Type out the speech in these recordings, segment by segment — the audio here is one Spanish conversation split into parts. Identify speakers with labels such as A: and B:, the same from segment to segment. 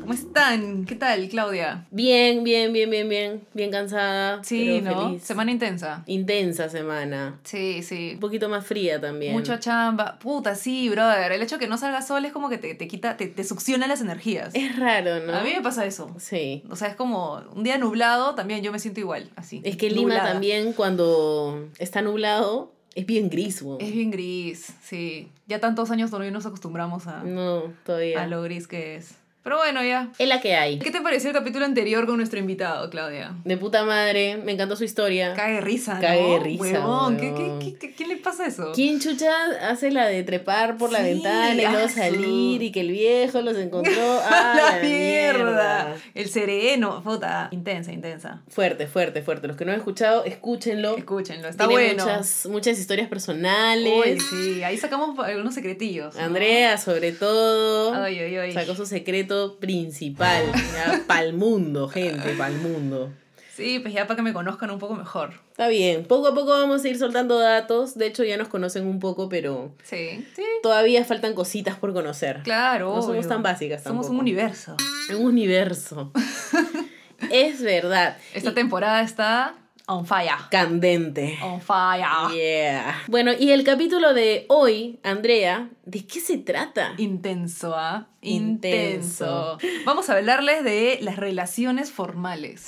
A: ¿cómo están? ¿Qué tal, Claudia?
B: Bien, bien, bien, bien, bien. Bien cansada.
A: Sí,
B: pero
A: ¿no?
B: feliz.
A: Semana intensa.
B: Intensa semana.
A: Sí,
B: Un
A: sí.
B: poquito más fría también.
A: Mucha chamba. Puta, sí, brother. El hecho de que no salga sol es como que te, te quita, te, te succiona las energías.
B: Es raro, ¿no?
A: A mí me pasa eso.
B: Sí.
A: O sea, es como un día nublado, también yo me siento igual, así.
B: Es que Lima
A: nublada.
B: también cuando está nublado es bien gris, weón.
A: Es bien gris, sí. Ya tantos años todavía nos acostumbramos a,
B: No, todavía.
A: a lo gris que es. Pero bueno, ya.
B: Es la que hay.
A: ¿Qué te pareció el capítulo anterior con nuestro invitado, Claudia?
B: De puta madre. Me encantó su historia.
A: Cae de risa, ¿no?
B: Cae de risa,
A: Huevón, ¿Qué,
B: huevón.
A: qué, qué, qué- qué le pasa a eso?
B: ¿Quién chucha hace la de trepar por la
A: Sí,
B: ventana y luego
A: asu.
B: salir y que el viejo los encontró? ¡Ah,
A: la mierda. El sereno, puta. Intensa, intensa.
B: Fuerte, fuerte, fuerte. Los que no han escuchado, escúchenlo.
A: Escúchenlo, está
B: Tiene
A: bueno.
B: muchas, muchas historias
A: Uy,
B: personales.
A: sí, ahí sacamos algunos secretillos. ¿no?
B: Andrea, sobre todo.
A: Ay, ay, ay.
B: Sacó su secreto principal. Pal mundo, gente, pal mundo.
A: Sí, pues ya para que me conozcan un poco mejor.
B: Está bien. Poco a poco vamos a ir soltando datos. De hecho, ya nos conocen un poco, pero
A: Sí, sí.
B: todavía faltan cositas por conocer.
A: Claro.
B: No somos
A: obvio.
B: tan básicas
A: Somos
B: tampoco.
A: un universo.
B: Un universo. es verdad.
A: Esta
B: Y
A: temporada está on fire.
B: candente.
A: On fire.
B: Yeah. Bueno, y el capítulo de hoy, Andrea, ¿de qué se trata?
A: Intenso, ¿ah?
B: Intenso.
A: Intenso. Vamos a hablarles de las relaciones formales.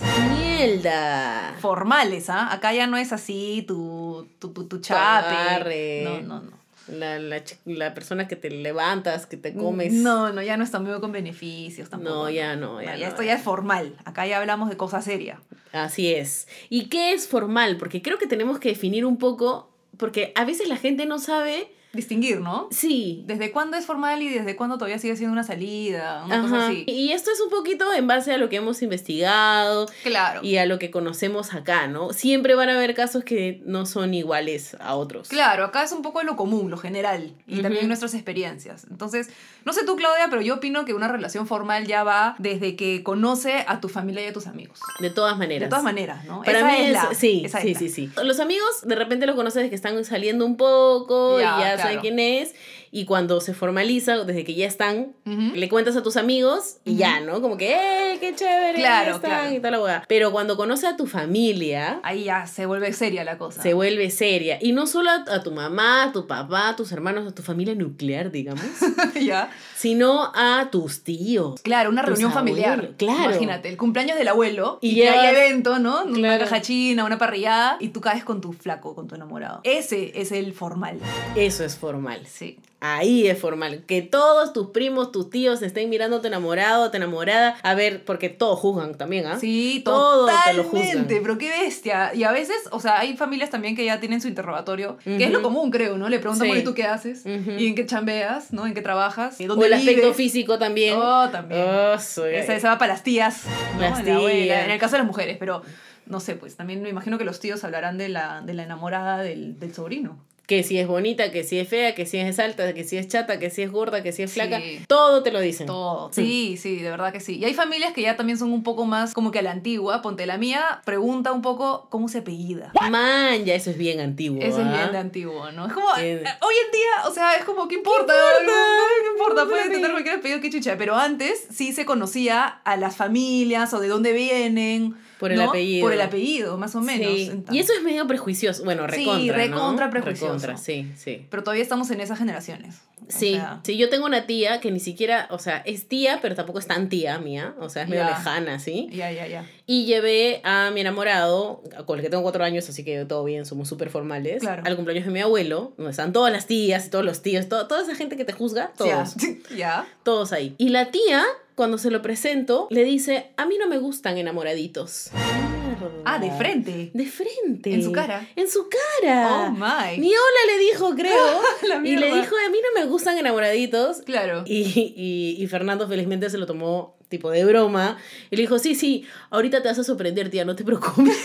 B: Mierda.
A: Formales, ¿ah? Acá ya no es así tu, tu, tu, tu chape.
B: Agarre.
A: No, no, no.
B: La, la, ch- la persona que te levantas, que te comes.
A: No, no, ya no está amigo con beneficios tampoco.
B: No, ya no, ya
A: Ya,
B: no,
A: esto
B: ya
A: ya es formal. Acá ya hablamos de cosas serias.
B: Así es. ¿Y qué es formal? Porque creo que tenemos que definir un poco, porque a veces la gente no sabe.
A: Distinguir, ¿no?
B: Sí.
A: ¿Desde cuándo es formal y desde cuándo todavía sigue siendo una salida? Una cosa
B: Ajá.
A: así.
B: Y esto es un poquito en base a lo que hemos investigado
A: Claro.
B: y a lo que conocemos acá, ¿no? Siempre van a haber casos que no son iguales a otros.
A: Claro, acá es un poco lo común, lo general, y
B: Ujú.
A: también nuestras experiencias. Entonces, no sé tú, Claudia, pero yo opino que una relación formal ya va desde que conoce a tu familia y a tus amigos.
B: De todas maneras.
A: De todas maneras, ¿no?
B: Para
A: Esa
B: mí
A: es
B: eso-
A: la-
B: sí,
A: esa es
B: sí,
A: la.
B: sí, sí. Los amigos de repente los conoces desde que están saliendo un poco
A: Ya,
B: y ya saben
A: claro.
B: quién es. Y cuando se formaliza, desde que ya están,
A: Ujú.
B: le cuentas a tus amigos y
A: Ujú.
B: ya, ¿no? Como que, ¡eh, qué chévere!
A: Claro,
B: ya están",
A: claro.
B: Y toda la hueá. Pero cuando conoces a tu familia,
A: Ahí ya se vuelve seria la cosa.
B: se vuelve seria. Y no solo a, a tu mamá, a tu papá, a tus hermanos, a tu familia nuclear, digamos,
A: ya.
B: sino a tus tíos.
A: Claro, una
B: Tus
A: reunión
B: abuelos,
A: familiar.
B: ah, claro.
A: Imagínate, el cumpleaños del abuelo
B: Y
A: y, que hay
B: llevas-
A: evento, ¿no? Una
B: Claro.
A: caja china, una parrillada y tú caes con tu flaco, con tu enamorado. Ese es el formal.
B: Eso es formal.
A: Sí.
B: Ahí es formal. Que todos tus primos, tus tíos estén mirando a tu enamorado, a tu enamorada. A ver, porque todos juzgan también, ¿ah?
A: Sí,
B: Todo te lo juzgan.
A: totalmente, pero qué bestia. Y a veces, o sea, hay familias también que ya tienen su interrogatorio, que es lo
B: Ujú.
A: común, creo, ¿no? Le preguntan,
B: Sí.
A: bueno, ¿y tú qué haces?
B: Ujú.
A: ¿Y en qué chambeas? ¿No? ¿En qué trabajas? ¿Y
B: O
A: dónde
B: el aspecto
A: vives?
B: físico también.
A: Oh, también.
B: Oh, soy-
A: Esa, esa va para las tías. ¿no?
B: Las
A: La abuela,
B: tías.
A: En el caso de las mujeres, pero no sé, pues también me imagino que los tíos hablarán de la, de la enamorada del, del sobrino.
B: Que si es bonita, que si es fea, que si es alta, que si es chata, que si es gorda, que si es
A: Sí.
B: flaca. Todo te lo dicen.
A: Todo. Sí, sí, de verdad que sí. Y hay familias que ya también son un poco más como que a la antigua. Ponte la mía, pregunta un poco cómo se apellida.
B: Man, ya eso es bien antiguo.
A: Ese es
B: ¿ah?
A: bien de antiguo, ¿no? Es como,
B: Bien.
A: eh, hoy en día, o sea, es como, ¿qué importa? No, ¿Qué importa? Puedes tener cualquier apellido que chucha. Pero antes sí se conocía a las familias o de dónde vienen.
B: Por el
A: ¿no?
B: apellido.
A: Por el apellido, más o menos.
B: Sí.
A: Entonces-
B: Y eso es medio prejuicioso. Bueno,
A: Sí,
B: recontra. ¿no?
A: recontra prejuicioso.
B: Recontra, sí, sí.
A: Pero todavía estamos en esas generaciones. O
B: Sí,
A: sea,
B: sí, yo tengo una tía que ni siquiera, o sea, es tía, pero tampoco es tan tía mía, o sea, es medio
A: Ya.
B: lejana, ¿sí?
A: Ya, ya, ya.
B: Y llevé a mi enamorado, con el que tengo cuatro años, así que todo bien, somos súper formales,
A: Claro.
B: al cumpleaños de mi abuelo, donde están todas las tías y todos los tíos, to- toda esa gente que te juzga, todos,
A: Ya. ya.
B: todos ahí. Y la tía, cuando se lo presento, le dice, a mí no me gustan enamoraditos.
A: Ah, de frente.
B: De frente.
A: En su cara.
B: En su
A: Oh,
B: cara.
A: my.
B: ni hola le dijo, creo.
A: La
B: y le
A: mierda.
B: dijo, a mí no me gustan enamoraditos.
A: Claro.
B: Y, y- y Fernando felizmente se lo tomó tipo de broma. Y le dijo, sí, sí, ahorita te vas a sorprender, tía, no te preocupes.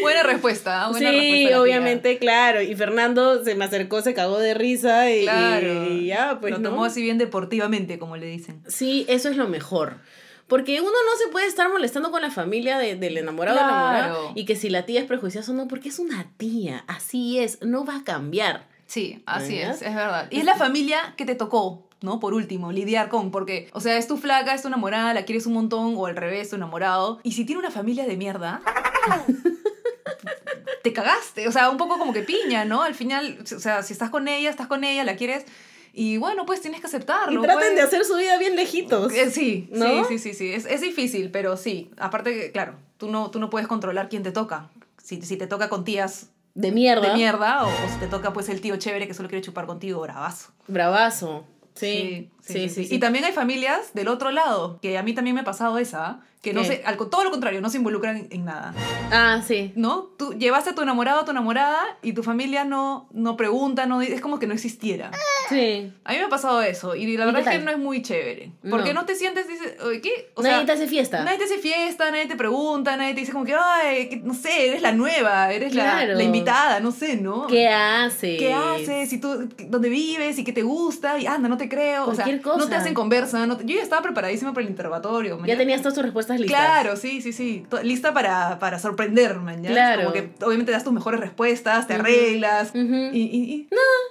A: Buena respuesta, ¿ah? buena respuesta.
B: sí,
A: la tía.
B: obviamente, claro. Y Fernando se me acercó, se cagó de risa y,
A: Claro.
B: y ya, pues
A: Lo
B: ¿no?
A: tomó así bien deportivamente, como le dicen.
B: Sí, eso es lo mejor. Porque uno no se puede estar molestando con la familia de- del enamorado o la enamorada
A: Claro.
B: y que si la tía es prejuiciosa o no, porque es una tía, así es, no va a cambiar.
A: Sí, así
B: ¿Ya?
A: es, es verdad. Y es la familia que te tocó, ¿no? Por último, lidiar con, porque, o sea, es tu flaca, es tu enamorada, la quieres un montón, o al revés, tu enamorado. Y si tiene una familia de mierda, te cagaste. O sea, un poco como que piña, ¿no? Al final, o sea, si estás con ella, estás con ella, la quieres. Y bueno, pues tienes que
B: Y
A: aceptarlo.
B: traten
A: pues.
B: de hacer su vida bien lejitos.
A: Eh, sí,
B: ¿no?
A: sí, sí, sí, sí. Es, es difícil, pero sí. Aparte, que, claro, tú no, tú no puedes controlar quién te toca. Si, si te toca con tías
B: De mierda.
A: de mierda o, o si te toca pues el tío chévere que solo quiere chupar contigo, bravazo.
B: Bravazo. Sí. Sí, sí, sí.
A: Y también hay familias del otro lado, que a mí también me ha pasado esa, que no
B: ¿Qué?
A: se, al, co- todo lo contrario, no se involucran en, en nada,
B: Ah, sí.
A: ¿no? Tú llevaste a tu enamorado a tu enamorada y tu familia no, no pregunta, no, di- es como que no existiera.
B: Sí.
A: A mí me ha pasado eso y la
B: ¿Y
A: verdad
B: qué
A: es que
B: tal?
A: no es muy chévere, porque
B: No.
A: no, te sientes, dices, "Oye, ¿qué? O
B: Nadie
A: sea,
B: te hace fiesta.
A: Nadie te hace fiesta, nadie te pregunta, nadie te dice como que, ay, que- no sé, eres la nueva, eres la-
B: Claro.
A: la, invitada, no sé, ¿no?
B: ¿Qué haces?
A: ¿Qué haces? ¿Y tú dónde vives? ¿Y qué te gusta? Y anda, no te creo.
B: Cualquier
A: o sea,
B: cosa.
A: no te hacen conversa. no te- Yo ya estaba preparadísima para el interrogatorio.
B: Ya
A: mañana.
B: tenías todas tus respuestas listas.
A: Claro, sí, sí, sí. To- Lista para, para sorprender, man, ¿ya?
B: Claro.
A: Como que obviamente das tus mejores respuestas, te
B: Ujú.
A: arreglas.
B: Ujú.
A: Y, y- y-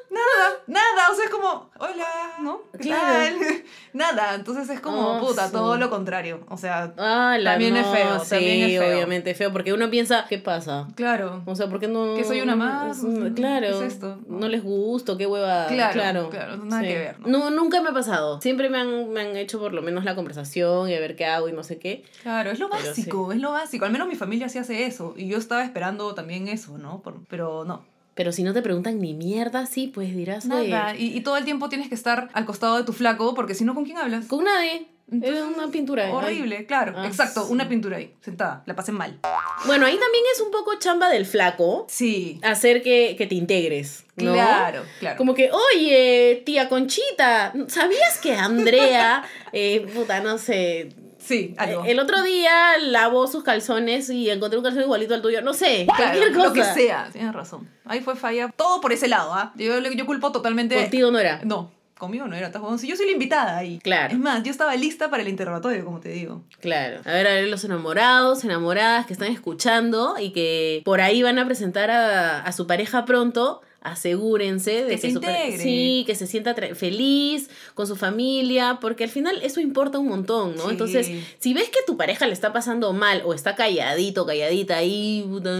A: Nada, nada, nada. O sea, es como, hola, ¿no? ¿Qué
B: Claro.
A: tal? nada. Entonces es como,
B: Oh,
A: puta,
B: su-
A: todo lo contrario. O sea,
B: Ala,
A: También es
B: no,
A: feo,
B: Sí,
A: también es feo.
B: obviamente feo, porque uno piensa, ¿qué pasa?
A: claro.
B: O sea, ¿por qué no?
A: Que soy una más,
B: Mm, Claro.
A: ¿qué es esto?
B: No les gusto, qué hueva. Claro. Claro,
A: Claro, claro, nada que ver, ¿no?
B: nunca me ha pasado. Siempre me han, me han hecho por lo menos la conversación y a ver qué hago y no sé qué.
A: Claro, es lo
B: Pero
A: básico, es lo básico. Al menos mi familia sí hace eso. Y yo estaba esperando también eso, ¿no? Por- pero no.
B: Pero si no te preguntan ni mierda, sí, pues dirás, oye,
A: Nada. Y, y todo el tiempo tienes que estar al costado de tu flaco, porque si no, ¿con quién hablas?
B: con nadie.
A: Entonces,
B: es una pintura. ay.
A: Horrible, claro.
B: Ah,
A: Exacto,
B: sí.
A: una pintura ahí, sentada. La pasé mal.
B: Bueno, ahí también es un poco chamba del flaco
A: Sí.
B: hacer que, que te integres. ¿no?
A: Claro, claro.
B: Como que, oye, tía Conchita, ¿sabías que Andrea, eh, puta, no sé,
A: sí, algo.
B: El otro día lavó sus calzones y encontré un calzón igualito al tuyo. No sé,
A: Claro,
B: cualquier cosa.
A: Lo que sea, tienes razón. Ahí fue falla. Todo por ese lado, ¿ah? Yo, yo culpo totalmente.
B: Contigo no era.
A: No, conmigo no era. estás jugando. Si Yo soy la invitada ahí.
B: Claro.
A: Es más, yo estaba lista para el interrogatorio, como te digo.
B: Claro. A ver, a ver, los enamorados, enamoradas que están escuchando y que por ahí van a presentar a, a su pareja pronto. Asegúrense de
A: Que
B: que,
A: se
B: su pare-
A: integre.
B: sí, que se sienta tra- feliz con su familia, porque al final eso importa un montón, ¿no?
A: Sí.
B: Entonces, si ves que tu pareja le está pasando mal o está calladito, calladita ahí, puta,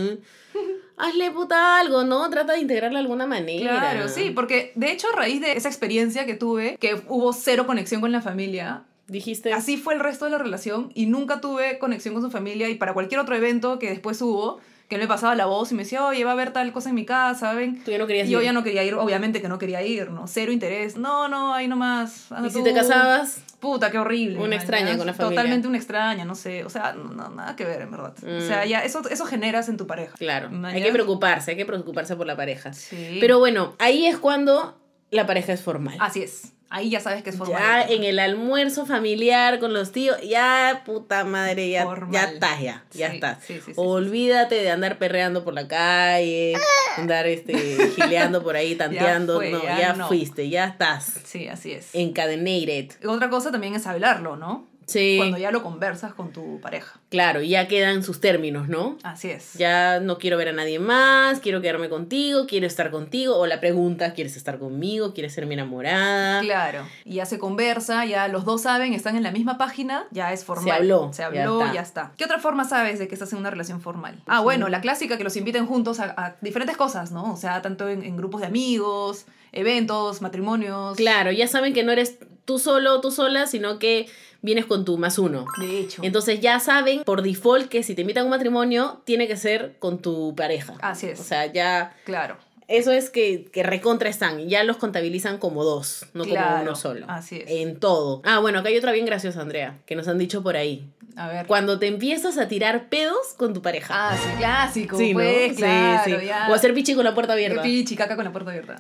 B: hazle puta algo, ¿no? Trata de integrarla de alguna manera.
A: Claro, sí, porque de hecho a raíz de esa experiencia que tuve, que hubo cero conexión con la familia,
B: Dijiste.
A: así fue el resto de la relación y nunca tuve conexión con su familia y para cualquier otro evento que después hubo, que él me pasaba la voz y me decía, oye, va a haber tal cosa en mi casa, ven.
B: Tú ya no querías
A: Y yo
B: ir.
A: ya no quería ir, obviamente que no quería ir, ¿no? Cero interés, no, no, ahí nomás. anda
B: Y si
A: tú.
B: te casabas,
A: Puta, qué horrible.
B: Una
A: man,
B: extraña
A: ya,
B: con la familia.
A: Totalmente una extraña, no sé, o sea, no, no, nada que ver, en verdad. O sea, ya, eso, eso generas en tu pareja.
B: Mm. claro.
A: Man,
B: Hay
A: ya.
B: que preocuparse, hay que preocuparse por la pareja.
A: Sí.
B: Pero bueno, ahí es cuando la pareja es formal.
A: Así es, ahí ya sabes que es formal.
B: ya en el almuerzo familiar con los tíos, ya puta madre, ya,
A: Formal.
B: ya estás, ya, ya
A: Sí,
B: estás.
A: sí, sí, sí, sí.
B: Olvídate de andar perreando por la calle, andar este, gileando por ahí, tanteando.
A: fue,
B: no, ya,
A: ya no.
B: fuiste, ya estás.
A: Sí, así es.
B: Encadenated.
A: Otra cosa también es hablarlo, ¿no?
B: Sí.
A: Cuando ya lo conversas con tu pareja.
B: Claro, ya quedan sus términos, ¿no?
A: Así es.
B: ya no quiero ver a nadie más, quiero quedarme contigo, quiero estar contigo, o la pregunta, ¿quieres estar conmigo? ¿Quieres ser mi enamorada?
A: Claro. Y ya se conversa, ya los dos saben, están en la misma página, ya es formal.
B: Se habló,
A: Se habló,
B: ya
A: ya
B: está.
A: está. ¿Qué otra forma sabes de que estás en una relación formal? Ah, bueno, la clásica que los inviten juntos a, a diferentes cosas, ¿no? O sea, tanto en, en grupos de amigos, eventos, matrimonios.
B: Claro, ya saben que no eres tú solo o tú sola, sino que vienes con tu más uno.
A: De hecho.
B: Entonces ya saben por default que si te invitan a un matrimonio, tiene que ser con tu pareja.
A: Así es.
B: O sea, ya
A: claro.
B: eso es que, que recontra están, ya los contabilizan como dos, no como
A: Claro,
B: uno solo.
A: así es.
B: En todo. Ah, bueno, acá hay otra bien graciosa, Andrea, que nos han dicho por ahí.
A: A ver.
B: Cuando te empiezas a tirar pedos con tu pareja.
A: Ah, sí, clásico.
B: Sí, ¿no?
A: pues,
B: Sí,
A: claro,
B: sí.
A: ya.
B: O hacer pichi con la puerta abierta.
A: Pues Pichi, caca con la puerta abierta.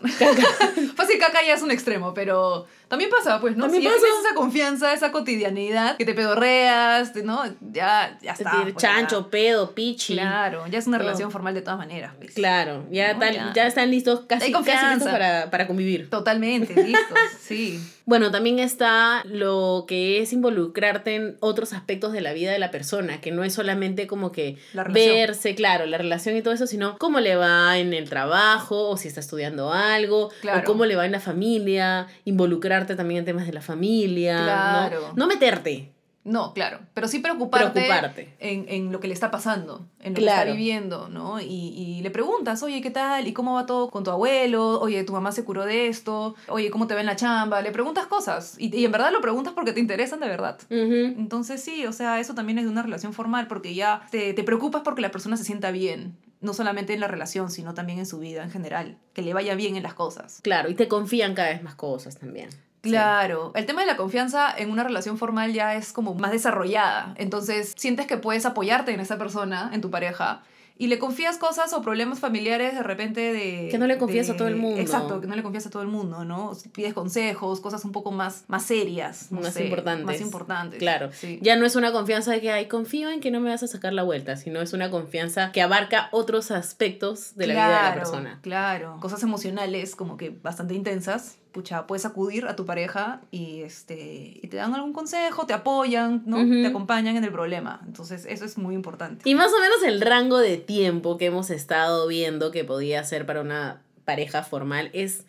A: Fácil, caca ya es un extremo, pero También pasa, pues, ¿no?
B: También
A: si ya tienes
B: pasa.
A: esa confianza, esa cotidianidad, que te pedorreas, te- ¿no? Ya, ya
B: Es
A: está.
B: decir,
A: pues, ya.
B: chancho, pedo, pichi.
A: Claro, ya es una
B: Todo.
A: relación formal de todas maneras. pues.
B: Claro, ya,
A: No,
B: tal-
A: ya.
B: ya. están listos, casi,
A: Hay
B: casi
A: confianza.
B: listos para, para convivir.
A: Totalmente, listo. Sí.
B: Bueno, también está lo que es involucrarte en otros aspectos de la vida de la persona, que no es solamente como que
A: La relación.
B: verse, claro, la relación y todo eso, sino cómo le va en el trabajo, o si está estudiando algo,
A: Claro.
B: o cómo le va en la familia, involucrarte también en temas de la familia. ¿no?
A: Claro.
B: No, meterte.
A: No, claro, pero sí preocuparte,
B: Preocuparte.
A: En, en lo que le está pasando, en lo que
B: Claro.
A: está viviendo, ¿no? Y, y le preguntas, oye, ¿qué tal? ¿Y cómo va todo con tu abuelo? Oye, ¿tu mamá se curó de esto? Oye, ¿cómo te va en la chamba? Le preguntas cosas y, y en verdad lo preguntas porque te interesan de verdad.
B: Ujú.
A: Entonces sí, o sea, eso también es de una relación formal porque ya te, te preocupas porque la persona se sienta bien, no solamente en la relación, sino también en su vida en general, que le vaya bien en las cosas.
B: Claro, y te confían cada vez más cosas también. Sí.
A: Claro, el tema de la confianza en una relación formal ya es como más desarrollada, entonces sientes que puedes apoyarte en esa persona, en tu pareja, y le confías cosas o problemas familiares de repente de...
B: Que no le confías
A: de-
B: a todo el mundo.
A: Exacto, que no le confías a todo el mundo, ¿no? Pides consejos, cosas un poco más, más serias, no
B: Más
A: sé,
B: importantes.
A: Más importantes.
B: Claro.
A: sí.
B: Ya no es una confianza de que, ay, confío en que no me vas a sacar la vuelta, sino es una confianza que abarca otros aspectos de la vida de la
A: Claro,
B: persona.
A: Claro. Cosas emocionales como que bastante intensas. Pucha, puedes acudir a tu pareja y, este, y te dan algún consejo, te apoyan, ¿no?
B: Ujú.
A: Te acompañan en el problema. Entonces, eso es muy importante.
B: Y más o menos el rango de tiempo que hemos estado viendo que podía ser para una pareja formal es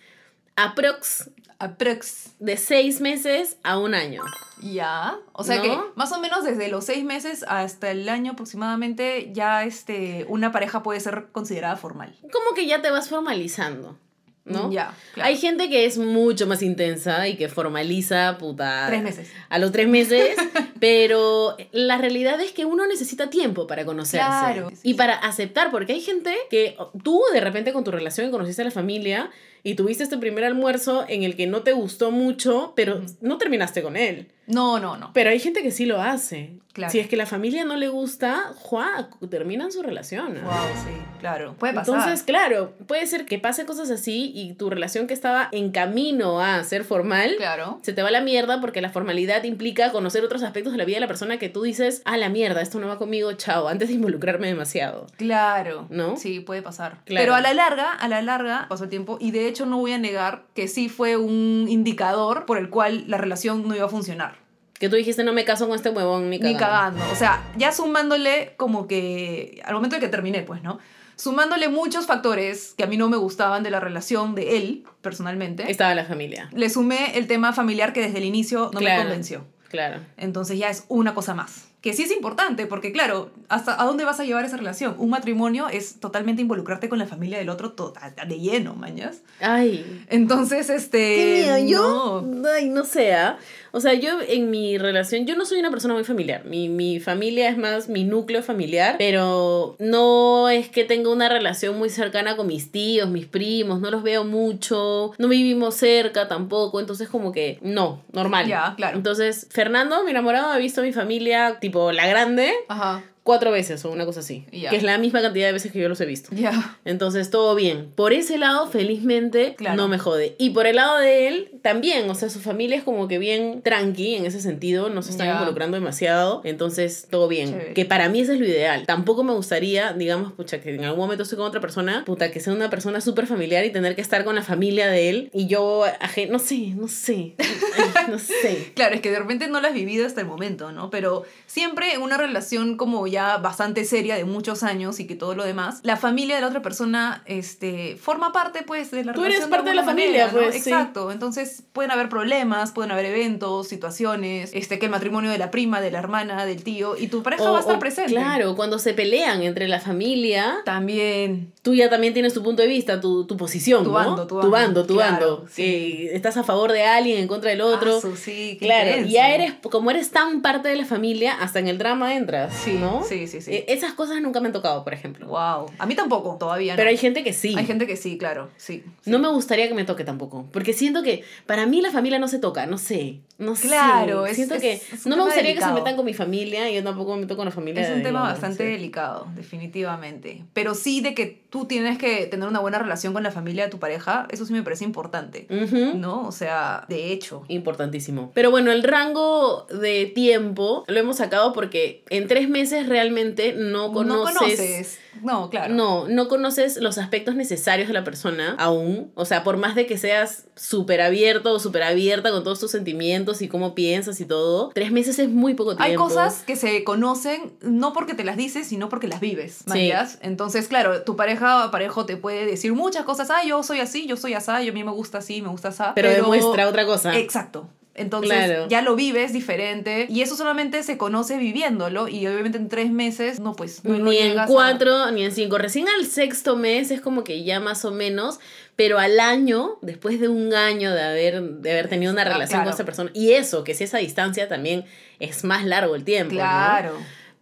B: aprox
A: Aprox.
B: de seis meses a un año.
A: Ya. O sea
B: ¿No?
A: que más o menos desde los seis meses hasta el año aproximadamente, ya este, una pareja puede ser considerada formal.
B: Como que ya te vas formalizando, ¿no?
A: Mm, Ya. claro.
B: Hay gente que es mucho más intensa y que formaliza, puta.
A: Tres meses.
B: A los tres meses, pero la realidad es que uno necesita tiempo para conocerse
A: Claro.
B: y para aceptar, porque hay gente que o, tú de repente con tu relación conociste a la familia y tuviste este primer almuerzo en el que no te gustó mucho, pero
A: Ujú.
B: no terminaste con él.
A: No, no, no.
B: Pero hay gente que sí lo hace.
A: Claro.
B: Si es que la familia no le gusta, ¡juá! terminan su relación. ¿no?
A: Wow, sí, claro. Puede pasar.
B: Entonces, claro, puede ser que pase cosas así y tu relación que estaba en camino a ser formal
A: claro.
B: se te va a la mierda porque la formalidad implica conocer otros aspectos de la vida de la persona que tú dices, a la mierda, esto no va conmigo, chao, antes de involucrarme demasiado.
A: Claro.
B: ¿No?
A: Sí, puede pasar.
B: Claro.
A: Pero a la larga, a la larga pasó el tiempo y de hecho no voy a negar que sí fue un indicador por el cual la relación no iba a funcionar.
B: Que tú dijiste, no me caso con este huevón ni cagando.
A: Ni cagando. O sea, ya sumándole como que al momento de que terminé, pues, ¿no? Sumándole muchos factores que a mí no me gustaban de la relación de él personalmente.
B: Estaba la familia,
A: Le sumé el tema familiar que desde el inicio no
B: Claro.
A: me convenció.
B: claro.
A: Entonces ya es una cosa más. Que sí es importante, porque claro, ¿hasta a dónde vas a llevar esa relación? Un matrimonio es totalmente involucrarte con la familia del otro to- a- de lleno, mañas.
B: Ay.
A: Entonces, este...
B: Qué miedo, yo.
A: no.
B: Ay, no sea. O sea, yo en mi relación, yo no soy una persona muy familiar. Mi, mi familia es más mi núcleo familiar, pero no es que tenga una relación muy cercana con mis tíos, mis primos, no los veo mucho, no vivimos cerca tampoco, entonces como que no, normal.
A: Ya, claro.
B: Entonces, Fernando, mi enamorado, ha visto a mi familia, tipo la grande,
A: Ajá,
B: cuatro veces o una cosa así,
A: Ya.
B: que es la misma cantidad de veces que yo los he visto.
A: ya.
B: Entonces, todo bien. Por ese lado, felizmente,
A: Claro.
B: no me jode. Y por el lado de él, también. O sea, su familia es como que bien tranqui en ese sentido. No se están
A: Ya.
B: involucrando demasiado. Entonces, todo bien.
A: Chévere.
B: Que para mí eso es lo ideal. Tampoco me gustaría, digamos, pucha, que en algún momento estoy con otra persona. Puta, que sea una persona súper familiar y tener que estar con la familia de él. Y yo, aje- no sé, no sé. Ay, no sé.
A: Claro, es que de repente no lo has vivido hasta el momento, ¿no? Pero siempre en una relación como ya bastante seria de muchos años y que todo lo demás, la familia de la otra persona este, forma parte, pues, de la
B: Tú eres
A: relación.
B: parte de la
A: alguna
B: familia,
A: manera, ¿no?
B: pues, sí.
A: Exacto. Entonces pueden haber problemas, pueden haber eventos, situaciones, este, que el matrimonio de la prima, de la hermana, del tío, y tu pareja va a estar presente.
B: Claro, cuando se pelean entre la familia,
A: También.
B: tú ya también tienes tu punto de vista, tu, tu posición,
A: Tu
B: ¿no?
A: bando, tu
B: tu
A: bando,
B: bando. tu
A: claro,
B: bando.
A: sí. Ah,
B: Que estás a favor de alguien, en contra del otro.
A: Asu, sí, qué
B: claro,
A: intenso.
B: ya eres, como eres tan parte de la familia, hasta en el drama entras,
A: Sí,
B: ¿no? ¿no?
A: Sí, sí, sí.
B: Eh, Esas cosas nunca me han tocado, por ejemplo.
A: Wow. A mí tampoco, todavía no.
B: Pero hay gente que sí.
A: Hay gente que sí, claro, sí. sí.
B: No me gustaría que me toque tampoco, porque siento que para mí la familia no se toca, no sé, no sé.
A: Claro, es-
B: siento
A: es-
B: que
A: es
B: no
A: un
B: me
A: tema
B: gustaría
A: delicado.
B: que se metan con mi familia y yo tampoco me meto con la familia.
A: Es
B: de
A: un tema
B: Ivonne,
A: bastante
B: sí.
A: delicado, definitivamente. Pero sí de que tú tienes que tener una buena relación con la familia de tu pareja, eso sí me parece importante.
B: Ujú.
A: ¿No? O sea, de hecho.
B: Importantísimo. Pero bueno, el rango de tiempo lo hemos sacado porque en tres meses realmente no
A: No
B: conoces.
A: conoces. No, claro.
B: No, no conoces los aspectos necesarios de la persona aún. O sea, por más de que seas súper abierto o súper abierta con todos tus sentimientos y cómo piensas y todo, tres meses es muy poco tiempo.
A: Hay cosas que se conocen no porque te las dices, sino porque las vives. ¿mañas? Entonces, claro, tu pareja o parejo te puede decir muchas cosas. Ah, yo soy así, yo soy así, yo a mí me gusta así, me gusta así.
B: Pero, demuestra otra cosa.
A: Exacto. Entonces
B: Ah. Claro.
A: ya lo vives diferente y eso solamente se conoce viviéndolo y obviamente en tres meses no pues no, no
B: ni en
A: llegas a-
B: cuatro, ni en cinco. Recién al sexto mes es como que ya más o menos, pero al año, después de un año de haber, de haber tenido una
A: Ah,
B: relación
A: claro.
B: con esa persona, y eso, que si esa distancia también es más largo el tiempo, ¿no?
A: Claro.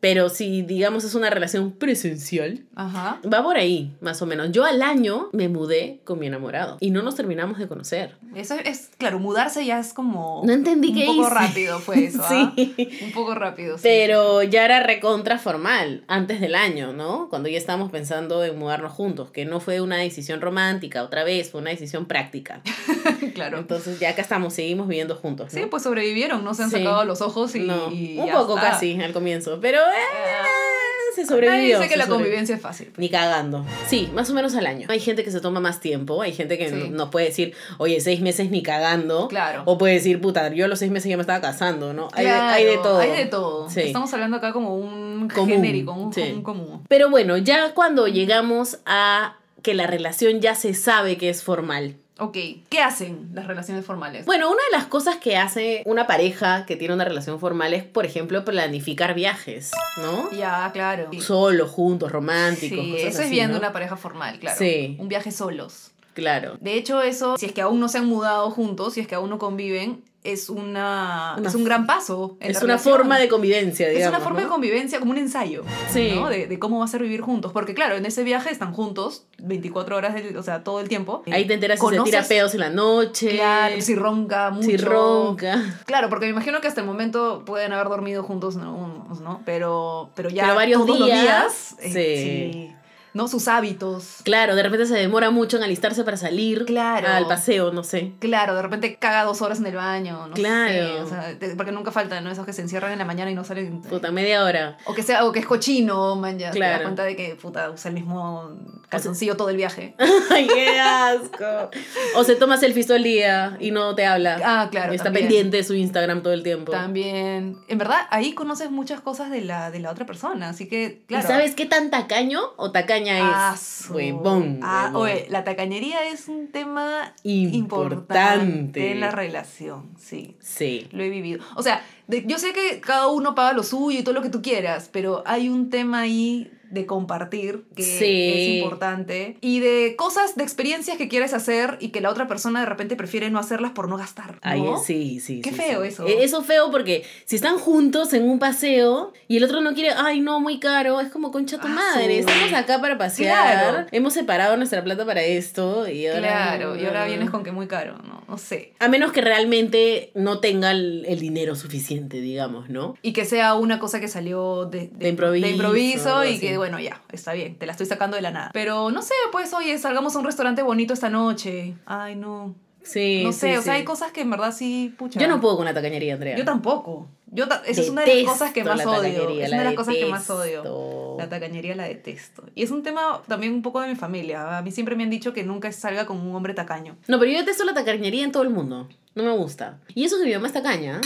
B: Pero si, digamos, es una relación presencial,
A: Ajá.
B: va por ahí, más o menos. Yo al año me mudé con mi enamorado y no nos terminamos de conocer.
A: Eso es claro, mudarse ya es como
B: No entendí
A: un
B: qué
A: poco
B: hice.
A: rápido fue eso, ¿ah?
B: Sí.
A: Un poco rápido, sí.
B: Pero ya era recontra formal, antes del año, ¿no? Cuando ya estábamos pensando en mudarnos juntos, que no fue una decisión romántica otra vez, fue una decisión práctica.
A: claro.
B: Entonces ya acá estamos, seguimos viviendo juntos. ¿no?
A: Sí, pues sobrevivieron, no se han
B: Sí.
A: sacado los ojos y,
B: No,
A: y
B: un
A: ya
B: poco
A: está. Ah.
B: casi al comienzo, pero eh, se sobrevivió.
A: Nadie dice
B: se
A: que la
B: sobrevivió.
A: convivencia es fácil.
B: Ni cagando. Sí, más o menos al año. Hay gente que se toma más tiempo, hay gente que
A: Sí.
B: no- nos puede decir, oye, seis meses ni cagando.
A: Claro.
B: O puede decir, puta, yo a los seis meses ya me estaba casando, ¿no? Hay, de-
A: Claro,
B: hay de todo.
A: Hay de todo.
B: Sí.
A: Estamos hablando acá como un
B: Común,
A: genérico, un,
B: sí.
A: un común.
B: Pero bueno, ya cuando llegamos a que la relación ya se sabe que es formal.
A: Ok, ¿qué hacen las relaciones formales?
B: Bueno, una de las cosas que hace una pareja que tiene una relación formal es, por ejemplo, planificar viajes, ¿no?
A: ya, claro.
B: Solos, juntos, románticos,
A: Sí,
B: cosas
A: eso es
B: así,
A: viendo
B: ¿no?
A: una pareja formal, claro.
B: Sí.
A: Un viaje solos.
B: Claro.
A: De hecho, eso, si es que aún no se han mudado juntos, si es que aún no conviven, es una,
B: Una
A: es un gran paso. en
B: Es
A: la
B: una
A: relación.
B: forma de convivencia, digamos.
A: es una forma de
B: ¿no?
A: convivencia, como un ensayo,
B: Sí.
A: ¿no? De, de cómo va a ser vivir juntos. Porque claro, en ese viaje están juntos 24 horas, del- o sea, todo el tiempo.
B: Ahí te enteras si se
A: Conoces-
B: tira pedos en la noche.
A: Claro, si ronca mucho.
B: si ronca.
A: Claro, porque me imagino que hasta el momento pueden haber dormido juntos, ¿no? Unos, ¿no? Pero, pero ya
B: Pero varios
A: todos los
B: días,
A: días, eh,
B: sí.
A: sí, ¿no? Sus hábitos.
B: Claro, de repente se demora mucho en alistarse para salir
A: Claro.
B: al paseo, no sé.
A: Claro, de repente caga dos horas en el baño, no
B: Claro.
A: sé, o sea, te- porque nunca faltan, ¿no? Esos que se encierran en la mañana y no salen. eh,
B: Puta, media hora.
A: O que sea, o que es cochino, man, ya te das
B: Claro.
A: cuenta de que puta usa el mismo calzoncillo todo el viaje.
B: ¡Ay, qué asco! O se toma selfies todo el día y no te habla.
A: Ah, claro.
B: Está
A: también.
B: pendiente de su Instagram todo el tiempo.
A: También. En verdad, ahí conoces muchas cosas de la, de la otra persona. Así que,
B: ¿Y
A: claro.
B: sabes qué tan tacaño o tacaña es?
A: Ah, su-
B: Huevón,
A: Ah,
B: huevón.
A: oye, la tacañería es un tema importante,
B: Importante.
A: en la relación, sí.
B: Sí.
A: Lo he vivido. O sea, de- yo sé que cada uno paga lo suyo y todo lo que tú quieras, pero hay un tema ahí de compartir que
B: Sí.
A: es importante y de cosas, de experiencias que quieres hacer y que la otra persona de repente prefiere no hacerlas por no gastar. ¿no?
B: Ay, sí, sí.
A: Qué
B: sí,
A: feo
B: sí.
A: eso.
B: Eh, Eso feo porque si están juntos en un paseo y el otro no quiere, ay, no, muy caro, es como concha tu
A: Ah,
B: madre.
A: su-
B: Estamos acá para pasear.
A: Claro.
B: Hemos separado nuestra plata para esto y ahora.
A: Claro, y ahora vienes con que muy caro, no, no sé.
B: A menos que realmente no tenga el, el dinero suficiente, digamos, ¿no?
A: Y que sea una cosa que salió de,
B: De improviso,
A: improviso
B: algo
A: y
B: así.
A: que, bueno, ya, está bien, te la estoy sacando de la nada. Pero no sé, pues, oye, salgamos a un restaurante bonito esta noche. Ay, no.
B: Sí.
A: no
B: sí,
A: sé, o sea,
B: sí.
A: hay cosas que en verdad sí, pucha.
B: Yo no puedo con la tacañería, Andrea.
A: Yo tampoco. Yo ta- esa es una de las
B: Detesto
A: cosas que más
B: la
A: odio.
B: tacañería,
A: Es
B: la
A: una de las cosas que más odio.
B: detesto.
A: La tacañería la detesto. Y es un tema también un poco de mi familia. A mí siempre me han dicho que nunca salga con un hombre tacaño.
B: No, pero yo detesto la tacañería en todo el mundo. No me gusta. Y eso que mi mamá es tacaña.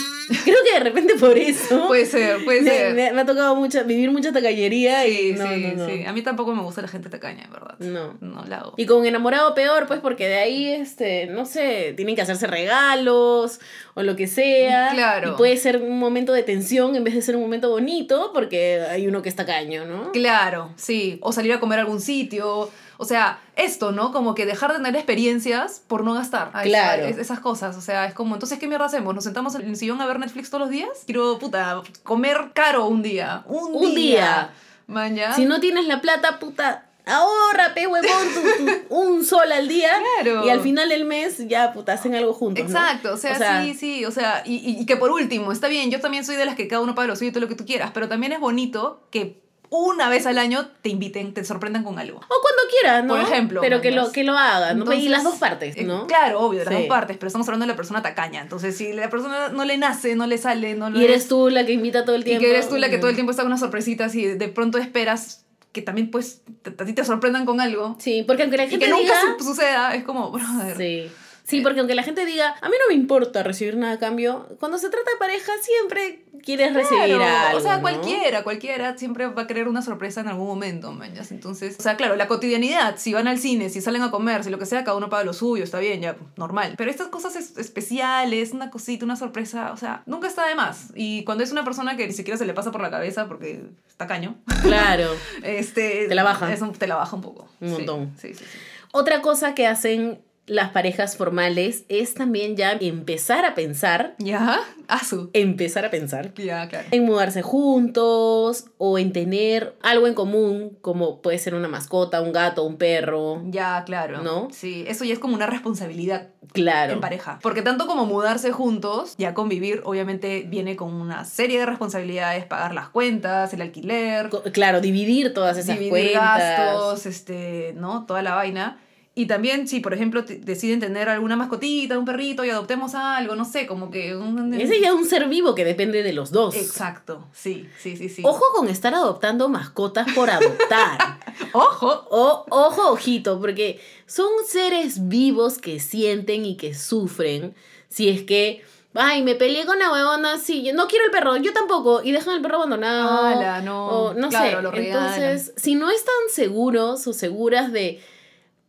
B: Creo que de repente por eso.
A: Puede ser, Pues, puede
B: me,
A: ser.
B: me- me ha tocado mucha, vivir mucha tacañería y.
A: Sí,
B: No,
A: sí,
B: no, no.
A: sí. A mí tampoco me gusta la gente tacaña, en verdad.
B: No.
A: No la hago.
B: Y con enamorado peor, pues porque de ahí, este, no sé, tienen que hacerse regalos o lo que sea.
A: Claro.
B: Y puede ser un momento de tensión en vez de ser un momento bonito porque hay uno que es tacaño, ¿no?
A: Claro, sí. O salir a comer a algún sitio. O sea, esto, ¿no? Como que dejar de tener experiencias por no gastar. Ay,
B: Claro.
A: es- esas cosas, o sea, es como, entonces, ¿qué mierda hacemos? ¿Nos sentamos en el sillón a ver Netflix todos los días? Quiero, puta, comer caro un día. Un,
B: Un día.
A: Mañana.
B: Si no tienes la plata, puta, ahorra, pe huevón, tu- tu- un sol al día.
A: Claro.
B: Y al final del mes ya, puta, hacen algo juntos. ¿no?
A: Exacto, o, sea,
B: O sea-
A: sí, sí, o sea, y, y- y que por último, está bien, yo también soy de las que cada uno paga lo suyo y todo lo que tú quieras, pero también es bonito que una vez al año te inviten, te sorprendan con algo.
B: O cuando quieras, ¿no?
A: Por ejemplo,
B: Pero que
A: mangas.
B: lo, que lo hagan, ¿no?
A: Entonces,
B: y las dos partes,
A: eh,
B: ¿no?
A: claro, obvio, de las
B: Sí.
A: dos partes, pero estamos hablando de la persona tacaña, entonces si la persona no le nace, no le sale, no lo
B: Y eres tú la que invita todo el
A: y
B: tiempo.
A: que eres tú la que todo el tiempo está con unas sorpresitas y de pronto esperas que también pues te- a ti te sorprendan con algo
B: Sí, porque aunque la
A: y
B: gente
A: que nunca
B: diga...
A: su- suceda, es como, brother.
B: Sí.
A: Eh.
B: Sí, porque aunque la gente diga, a mí no me importa recibir nada a cambio, cuando se trata de pareja siempre quieres recibir
A: Claro,
B: algo.
A: o sea,
B: ¿no?
A: cualquiera, cualquiera siempre va a querer una sorpresa en algún momento, mañas. Entonces, o sea, claro, la cotidianidad, si van al cine, si salen a comer, si lo que sea, cada uno paga lo suyo, está bien, ya, pues, normal. Pero estas cosas es- especiales, una cosita, una sorpresa, o sea, nunca está de más. Y cuando es una persona que ni siquiera se le pasa por la cabeza porque está caño,
B: Claro.
A: este...
B: Te la baja.
A: es un- te la baja un poco.
B: Un
A: Sí,
B: montón.
A: Sí, sí, sí.
B: Otra cosa que hacen las parejas formales es también ya empezar a pensar,
A: Ya, Azu.
B: empezar a pensar
A: Ya, claro.
B: en mudarse juntos o en tener algo en común, como puede ser una mascota, un gato, un perro.
A: Ya, claro.
B: ¿No?
A: Sí, eso ya es como una responsabilidad
B: Claro.
A: en pareja. Porque tanto como mudarse juntos, ya convivir obviamente viene con una serie de responsabilidades, pagar las cuentas, el alquiler,
B: Co- Claro, dividir todas esas
A: dividir
B: cuentas.
A: gastos, este, ¿no? Toda la vaina. Y también si, por ejemplo, te- deciden tener alguna mascotita, un perrito y adoptemos algo, no sé, como que un...
B: Ese ya es un ser vivo que depende de los dos.
A: Exacto, sí, sí, sí, sí.
B: Ojo con estar adoptando mascotas por adoptar.
A: Ojo.
B: O, ojo, ojito, porque son seres vivos que sienten y que sufren. Si es que, ay, me peleé con la huevona, sí, yo no quiero el perro, yo tampoco, y dejan el perro abandonado.
A: Ala, no.
B: o no
A: Ah, Claro,
B: sé.
A: lo regalan.
B: Entonces, si no están seguros o seguras de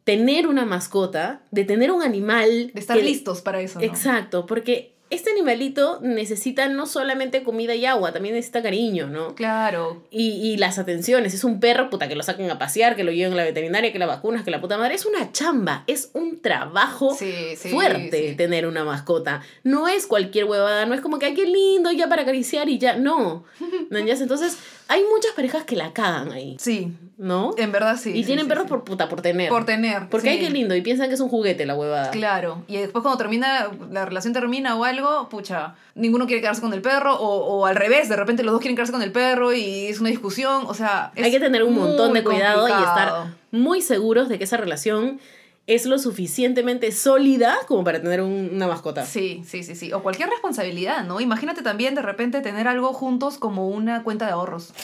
B: tener una mascota, de tener un animal.
A: De estar
B: que-
A: listos para eso. ¿no?
B: Exacto, porque este animalito necesita no solamente comida y agua, también necesita cariño, ¿no?
A: Claro,
B: Y, y las atenciones, es un perro, puta, que lo saquen a pasear, que lo lleven a la veterinaria, que la vacunas, que la puta madre. Es una chamba, es un trabajo
A: sí, sí.
B: fuerte
A: sí.
B: tener una mascota. No es cualquier huevada, no es como que, ay, qué lindo, ya para acariciar y ya. No. ¿No entiendes? Entonces, hay muchas parejas que la cagan ahí,
A: Sí,
B: ¿no?
A: en verdad Eh, sí.
B: y
A: sí,
B: tienen
A: sí,
B: perros
A: sí.
B: por puta, por tener.
A: Por tener.
B: Porque hay
A: sí.
B: que lindo y piensan que es un juguete la huevada.
A: Claro, y después cuando termina, la relación termina o algo, pucha, ninguno quiere quedarse con el perro, o, o al revés, de repente los dos quieren quedarse con el perro y es una discusión, o sea... es
B: Hay que tener un montón
A: muy
B: de cuidado y
A: complicado.
B: estar muy seguros de que esa relación es lo suficientemente sólida como para tener un- una mascota.
A: Sí, sí, sí, sí. O cualquier responsabilidad, ¿no? Imagínate también de repente tener algo juntos como una cuenta de ahorros.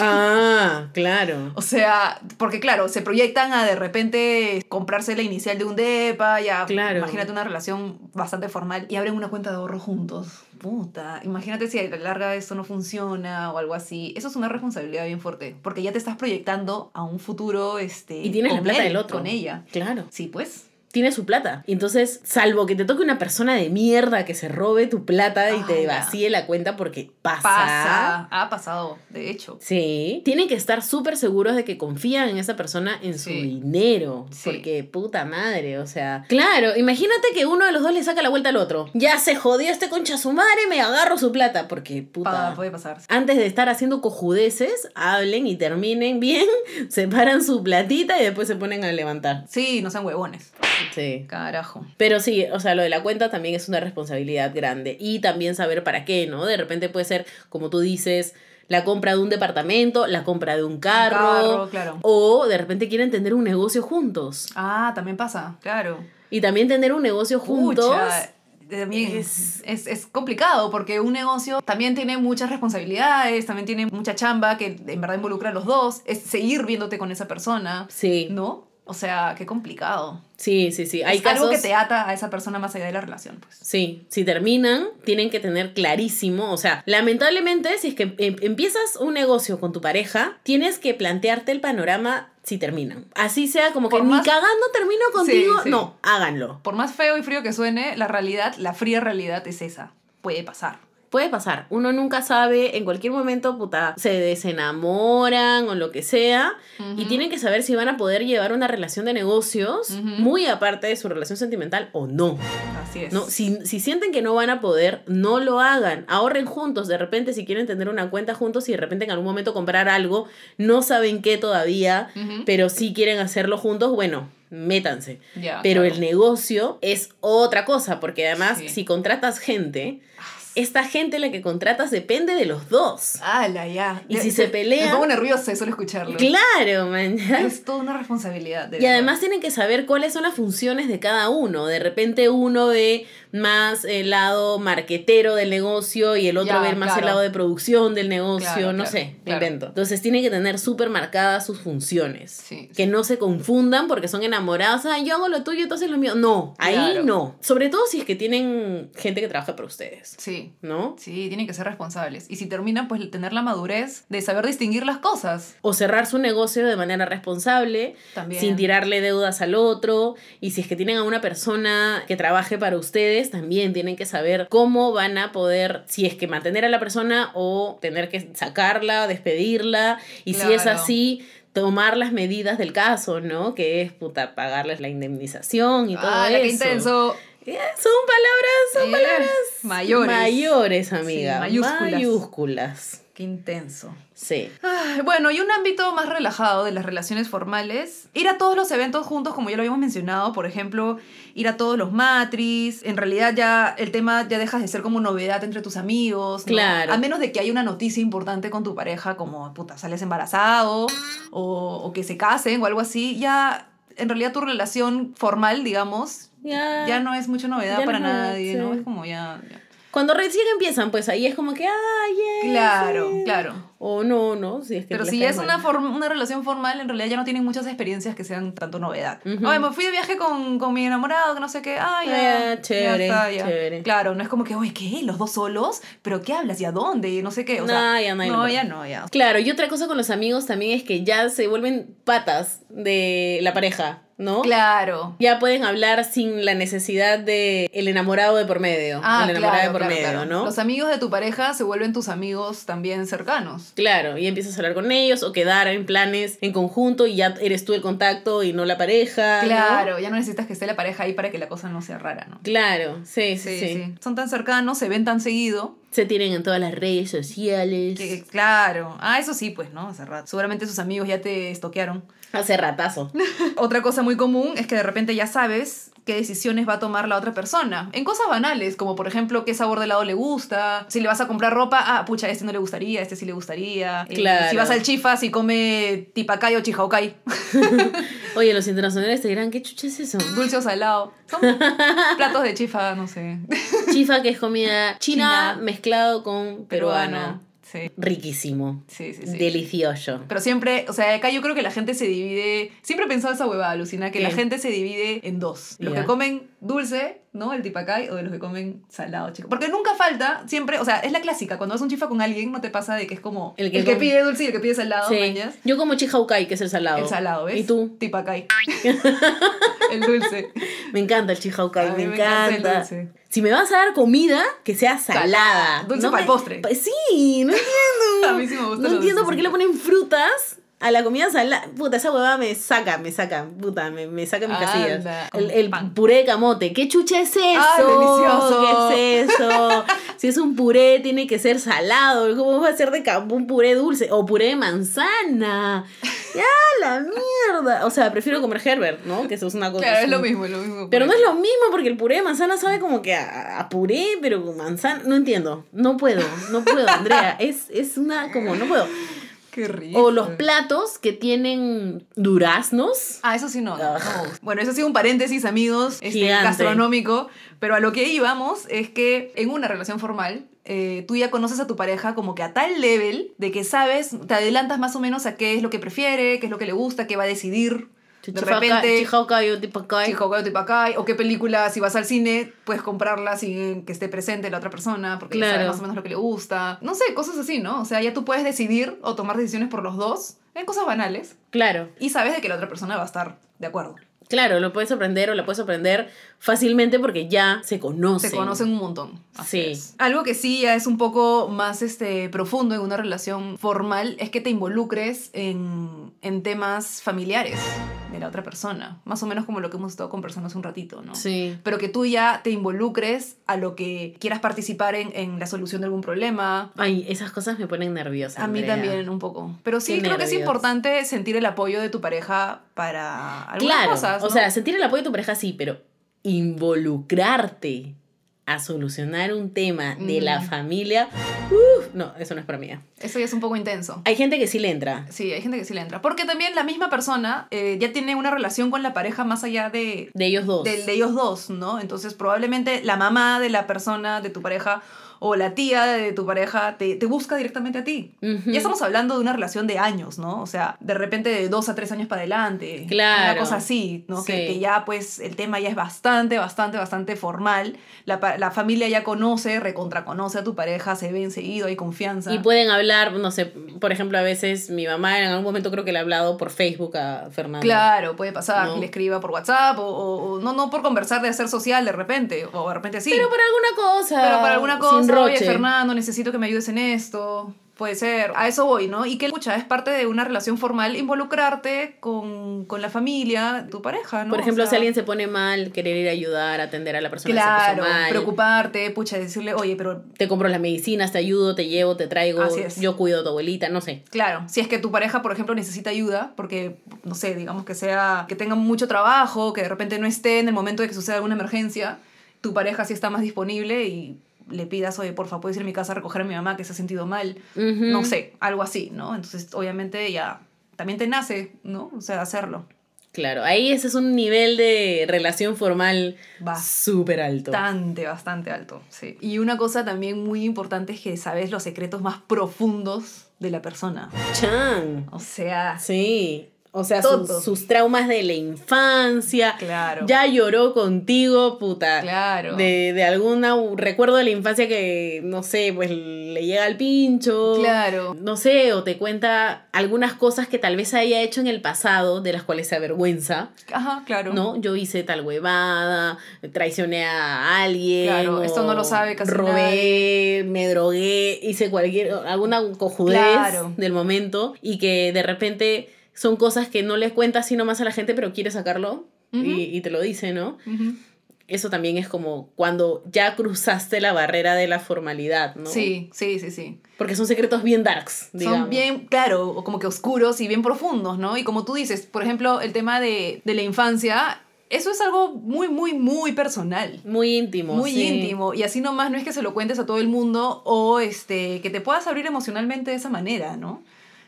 B: Ah, claro.
A: O sea, porque claro, se proyectan a de repente comprarse la inicial de un DEPA, ya.
B: Claro.
A: Imagínate una relación bastante formal y abren una cuenta de ahorro juntos. Puta. Imagínate si a la larga esto no funciona o algo así. Eso es una responsabilidad bien fuerte, porque ya te estás proyectando a un futuro, este.
B: Y tienes la
A: con
B: plata
A: él,
B: del otro.
A: Con ella.
B: Claro.
A: Sí, pues.
B: Tiene su plata. Y entonces, salvo que te toque una persona de mierda que se robe tu plata y te
A: Ah.
B: vacíe la cuenta porque pasa.
A: Pasa. Ha pasado, de hecho.
B: Sí. Tienen que estar súper seguros de que confían en esa persona en su
A: Sí.
B: dinero.
A: Sí.
B: Porque puta madre, o sea. Claro, imagínate que uno de los dos le saca la vuelta al otro. Ya se jodió este concha su madre, me agarro su plata. Porque puta.
A: Pa- pues. puede pasar.
B: antes de estar haciendo cojudeces, hablen y terminen bien, separan su platita y después se ponen a levantar.
A: Sí, no sean huevones.
B: Sí.
A: Carajo.
B: Pero sí, o sea, lo de la cuenta también es una responsabilidad grande. Y también saber para qué, ¿no? De repente puede ser, como tú dices, la compra de un departamento, la compra de un carro.
A: Carro, claro.
B: O de repente quieren tener un negocio juntos.
A: Ah, también pasa, claro.
B: Y también tener un negocio juntos.
A: Pucha, también
B: es-
A: es, es complicado porque un negocio también tiene muchas responsabilidades, también tiene mucha chamba que en verdad involucra a los dos, es seguir viéndote con esa persona,
B: Sí,
A: ¿no? O sea, qué complicado.
B: sí, sí, sí. Hay
A: es
B: casos...
A: algo que te ata a esa persona más allá de la relación, pues.
B: Sí, si terminan, tienen que tener clarísimo, o sea, lamentablemente, si es que em- empiezas un negocio con tu pareja, tienes que plantearte el panorama si terminan. Así sea como que
A: Por
B: ni
A: más-
B: cagando termino contigo,
A: sí.
B: no, háganlo.
A: Por más feo y frío que suene, la realidad, la fría realidad es esa. Puede pasar.
B: Puede pasar. Uno nunca sabe, en cualquier momento, puta, se desenamoran o lo que sea. Y
A: Ujú.
B: tienen que saber si van a poder llevar una relación de negocios
A: Ujú.
B: muy aparte de su relación sentimental o no.
A: Así es.
B: ¿no? Si, si sienten que no van a poder, no lo hagan. Ahorren juntos. De repente, si quieren tener una cuenta juntos y de repente en algún momento comprar algo, no saben qué todavía,
A: Ujú.
B: pero si quieren hacerlo juntos, bueno, métanse.
A: Ya,
B: Pero
A: Ah, claro.
B: el negocio es otra cosa, porque además,
A: Sí.
B: si contratas gente,
A: Ah, sí.
B: esta gente la que contratas depende de los dos.
A: Ala, ya.
B: Y
A: Ya,
B: si
A: se-
B: se pelean-
A: Me pongo nerviosa de solo escucharlo.
B: Claro, man.
A: Es toda una responsabilidad. de
B: Y
A: verdad.
B: además tienen que saber cuáles son las funciones de cada uno. De repente uno ve más el lado marquetero del negocio y el otro
A: Ya,
B: ve más el
A: claro.
B: lado de producción del negocio,
A: Claro,
B: no
A: claro,
B: sé, me
A: claro.
B: invento. Entonces tienen que tener súper marcadas sus funciones.
A: Sí,
B: Que no se confundan porque son enamorados. Ah, yo hago lo tuyo, entonces lo mío. No, ahí
A: Claro.
B: no. Sobre todo si es que tienen gente que trabaja para ustedes,
A: Sí.
B: ¿no?
A: Sí, tienen que ser responsables. Y si terminan, pues tener la madurez de saber distinguir las cosas.
B: O cerrar su negocio de manera responsable.
A: También.
B: sin tirarle deudas al otro. Y si es que tienen a una persona que trabaje para ustedes, también tienen que saber cómo van a poder, si es que mantener a la persona o tener que sacarla, despedirla. Y si es
A: Claro.
B: así, tomar las medidas del caso, ¿no? Que es, puta, pagarles la indemnización y todo
A: Ah,
B: eso.
A: qué intenso.
B: Eh, Son palabras
A: Son palabras mayores.
B: mayores, amiga.
A: Sí,
B: mayúsculas.
A: mayúsculas.
B: Mayúsculas.
A: Qué intenso.
B: Sí.
A: Ay, bueno, y un ámbito más relajado de las relaciones formales, ir a todos los eventos juntos, como ya lo habíamos mencionado, por ejemplo, ir a todos los matris, en realidad ya el tema ya dejas de ser como novedad entre tus amigos, ¿no?
B: Claro.
A: A menos de que haya una noticia importante con tu pareja, como, puta, sales embarazado, o, o que se casen, o algo así, ya... En realidad tu relación formal, digamos,
B: Ya.
A: ya no es mucha novedad
B: Ya no
A: para
B: es novedad,
A: nadie, ¿no?
B: sí.
A: Es como ya... ya.
B: Cuando recién empiezan, pues ahí es como que, ay, yeah,
A: Claro,
B: sí".
A: claro.
B: O no, no, si es que
A: Pero
B: le
A: si
B: cae
A: es
B: mal.
A: una, form- una relación formal, en realidad ya no tienen muchas experiencias que sean tanto novedad.
B: Ujú.
A: Oye, me fui de viaje con, con mi enamorado, que no sé qué. Ah,
B: Ah,
A: ya. ya
B: chévere,
A: está, ya.
B: chévere.
A: Claro, no es como que, oye, ¿qué? ¿Los dos solos? ¿Pero qué hablas? ¿Y a dónde? Y no sé qué. O sea,
B: No, ya no hay
A: no,
B: lugar.
A: ya no, ya.
B: Claro, y otra cosa con los amigos también es que ya se vuelven patas de la pareja, ¿no?
A: Claro.
B: Ya pueden hablar sin la necesidad de el enamorado de por medio,
A: Ah,
B: el enamorado
A: claro,
B: de por
A: claro,
B: medio,
A: claro.
B: ¿no?
A: Los amigos de tu pareja se vuelven tus amigos también cercanos.
B: Claro, y empiezas a hablar con ellos o quedar en planes en conjunto y ya eres tú el contacto y no la pareja. ¿no?
A: Claro, ya no necesitas que esté la pareja ahí para que la cosa no sea rara, ¿no?
B: Claro, sí sí, sí,
A: Son tan cercanos, se ven tan seguido.
B: Se tienen en todas las redes sociales.
A: Que, claro. Ah, eso sí, pues, ¿no? Hace rato. Seguramente sus amigos ya te estoquearon.
B: Hace ratazo.
A: Otra cosa muy común es que de repente ya sabes qué decisiones va a tomar la otra persona. En cosas banales, como por ejemplo qué sabor de helado le gusta, si le vas a comprar ropa, ah, pucha, este no le gustaría, este sí le gustaría. Eh,
B: Claro.
A: si vas al chifas y come tipacay o chijaucay,
B: Oye, los internacionales te dirán, ¿qué chucha es eso?
A: dulce o salado. Son platos de chifa, no sé.
B: Chifa, que es comida china,
A: China.
B: mezclado con peruana.
A: Sí,
B: Riquísimo.
A: sí, sí. sí.
B: Delicioso.
A: Pero siempre, o sea, acá yo creo que la gente se divide, siempre he pensado esa huevada, Lucina, que
B: ¿Qué?
A: la gente se divide en dos. Los
B: Ya.
A: que comen dulce, ¿no? El tipacay, o de los que comen salado, chico. Porque nunca falta, siempre, o sea, es la clásica, cuando vas a un chifa con alguien, no te pasa de que es como
B: El
A: el
B: que
A: que,
B: come-
A: pide dulce y el que pide salado,
B: Sí.
A: mañas.
B: Yo como chihaukai, que es el salado.
A: El salado, ¿ves?
B: ¿Y tú?
A: Tipacay. el dulce.
B: Me encanta el chihaukai,
A: A
B: me,
A: mí me encanta el
B: encanta.
A: dulce.
B: Si me vas a dar comida, que sea salada.
A: Dulce
B: No
A: para el
B: me-
A: postre.
B: pa- Sí, no entiendo.
A: A mí sí me gustan
B: No
A: los
B: entiendo
A: dulces.
B: por qué le ponen frutas. A la comida salada, puta, esa huevada me saca, me saca, puta, me, me saca mis
A: Anda,
B: casillas.
A: con
B: El, el
A: pan. Ah,
B: puré de camote, ¿qué chucha es eso?
A: delicioso!
B: ¿Qué es eso? si es un puré, tiene que ser salado. ¿Cómo va a ser de cam- un puré dulce? O puré de manzana. ¡Ya, la mierda! O sea, prefiero comer Herbert, ¿no? Que eso es una cosa.
A: Claro, es lo
B: un-
A: mismo, es lo mismo. pues.
B: pero no es lo mismo porque el puré de manzana sabe como que a, a puré, pero con manzana. No entiendo. No puedo, no puedo, Andrea. Es, es una como, no puedo.
A: Qué rico.
B: O los platos que tienen duraznos.
A: Ah, eso sí no. no,
B: Ugh.
A: no me gusta. Bueno, eso ha sido un paréntesis, amigos, este,
B: Gigante.
A: gastronómico. Pero a lo que íbamos es que en una relación formal, eh, tú ya conoces a tu pareja como que a tal level de que sabes, te adelantas más o menos a qué es lo que prefiere, qué es lo que le gusta, qué va a decidir. De repente-
B: Chihuahua, Tipacay.
A: Chico, Gato y Pacay, o qué película, si vas al cine, puedes comprarla sin que esté presente la otra persona, porque ya
B: Claro.
A: sabes más o menos lo que le gusta. No sé, cosas así, ¿no? O sea, ya tú puedes decidir o tomar decisiones por los dos en cosas banales
B: Claro,
A: y sabes de que la otra persona va a estar de acuerdo.
B: Claro, lo puedes aprender o la puedes aprender fácilmente porque ya se conocen.
A: Se conocen un montón. Así
B: Sí.
A: es. Algo que sí ya es un poco más este, profundo en una relación formal es que te involucres en, en temas familiares de la otra persona. Más o menos como lo que hemos estado conversando hace un ratito, ¿no?
B: Sí.
A: Pero que tú ya te involucres a lo que quieras participar en, en la solución de algún problema.
B: Ay, esas cosas me ponen nerviosa.
A: A mí
B: Andrea.
A: también un poco. Pero sí,
B: Qué
A: creo que es
B: nervios.
A: importante sentir el apoyo de tu pareja para algunas
B: Claro.
A: cosas.
B: O
A: ¿no?
B: sea, sentir el apoyo de tu pareja sí, pero involucrarte a solucionar un tema de la
A: Mm.
B: familia, uf, no, eso no es para mí.
A: eso ya es un poco intenso.
B: Hay gente que sí le entra.
A: Sí, hay gente que sí le entra. Porque también la misma persona eh, ya tiene una relación con la pareja más allá de,
B: De ellos dos.
A: de, de ellos dos, ¿no? Entonces probablemente la mamá de la persona, de tu pareja, o la tía de tu pareja, te, te busca directamente a ti.
B: Ujú.
A: Ya estamos hablando de una relación de años, ¿no? O sea, de repente de dos a tres años para adelante.
B: Claro.
A: Una cosa así, ¿no? Que,
B: Sí.
A: que ya, pues, el tema ya es bastante, bastante, bastante formal. La, pa- la familia ya conoce, recontraconoce a tu pareja, se ven seguido, hay confianza.
B: Y pueden hablar, no sé, por ejemplo, a veces mi mamá en algún momento creo que le ha hablado por Facebook a Fernando.
A: Claro, puede pasar,
B: No.
A: que le escriba por WhatsApp o, o- o no, no por conversar de hacer social de repente, o de repente sí.
B: Pero por alguna cosa.
A: Pero para alguna cosa,
B: Sin
A: oye
B: roche.
A: Fernando, necesito que me ayudes en esto. Puede ser, a eso voy, ¿no? Y que, escucha, es parte de una relación formal involucrarte con, con la familia, tu pareja, ¿no?
B: Por
A: O
B: ejemplo,
A: sea,
B: si alguien se pone mal, querer ir a ayudar, atender a la persona que se
A: Claro,
B: puso mal.
A: preocuparte, pucha, decirle, oye, pero
B: Te compro las medicinas, te ayudo, te llevo, te traigo.
A: Así es.
B: Yo cuido a tu abuelita, no sé.
A: Claro, si es que tu pareja, por ejemplo, necesita ayuda, porque, no sé, digamos que sea, que tenga mucho trabajo, que de repente no esté en el momento de que suceda alguna emergencia, tu pareja sí está más disponible y le pidas, oye, porfa, puedes ir a mi casa a recoger a mi mamá que se ha sentido mal,
B: Ujú.
A: no sé, algo así, ¿no? Entonces, obviamente ya también te nace, ¿no? O sea, hacerlo.
B: Claro, ahí ese es un nivel de relación formal
A: Va.
B: súper alto.
A: Bastante, bastante alto, sí. Y una cosa también muy importante es que sabes los secretos más profundos de la persona.
B: Chan.
A: O sea,
B: Sí. O sea,
A: Todo.
B: sus- sus traumas de la infancia.
A: claro.
B: Ya lloró contigo, puta.
A: Claro.
B: De, de algún recuerdo de la infancia que, no sé, pues le llega al pincho.
A: Claro.
B: No sé, o te cuenta algunas cosas que tal vez haya hecho en el pasado, de las cuales se avergüenza.
A: Ajá, claro.
B: ¿No? Yo hice tal huevada, traicioné a alguien.
A: Claro, esto no lo sabe casi
B: Robé, me drogué, hice cualquier. alguna cojudez
A: Claro.
B: del momento y que de repente son cosas que no les cuentas sino más a la gente, pero quiere sacarlo
A: Ujú.
B: y, y te lo dice, ¿no?
A: Ujú.
B: Eso también es como cuando ya cruzaste la barrera de la formalidad, ¿no?
A: Sí, sí, sí, sí.
B: Porque son secretos bien darks, digamos.
A: Son bien, claro, o como que oscuros y bien profundos, ¿no? Y como tú dices, por ejemplo, el tema de, de la infancia, eso es algo muy, muy, muy personal.
B: Muy íntimos.
A: Muy
B: sí.
A: íntimo. Y así nomás no es que se lo cuentes a todo el mundo o este, que te puedas abrir emocionalmente de esa manera, ¿no?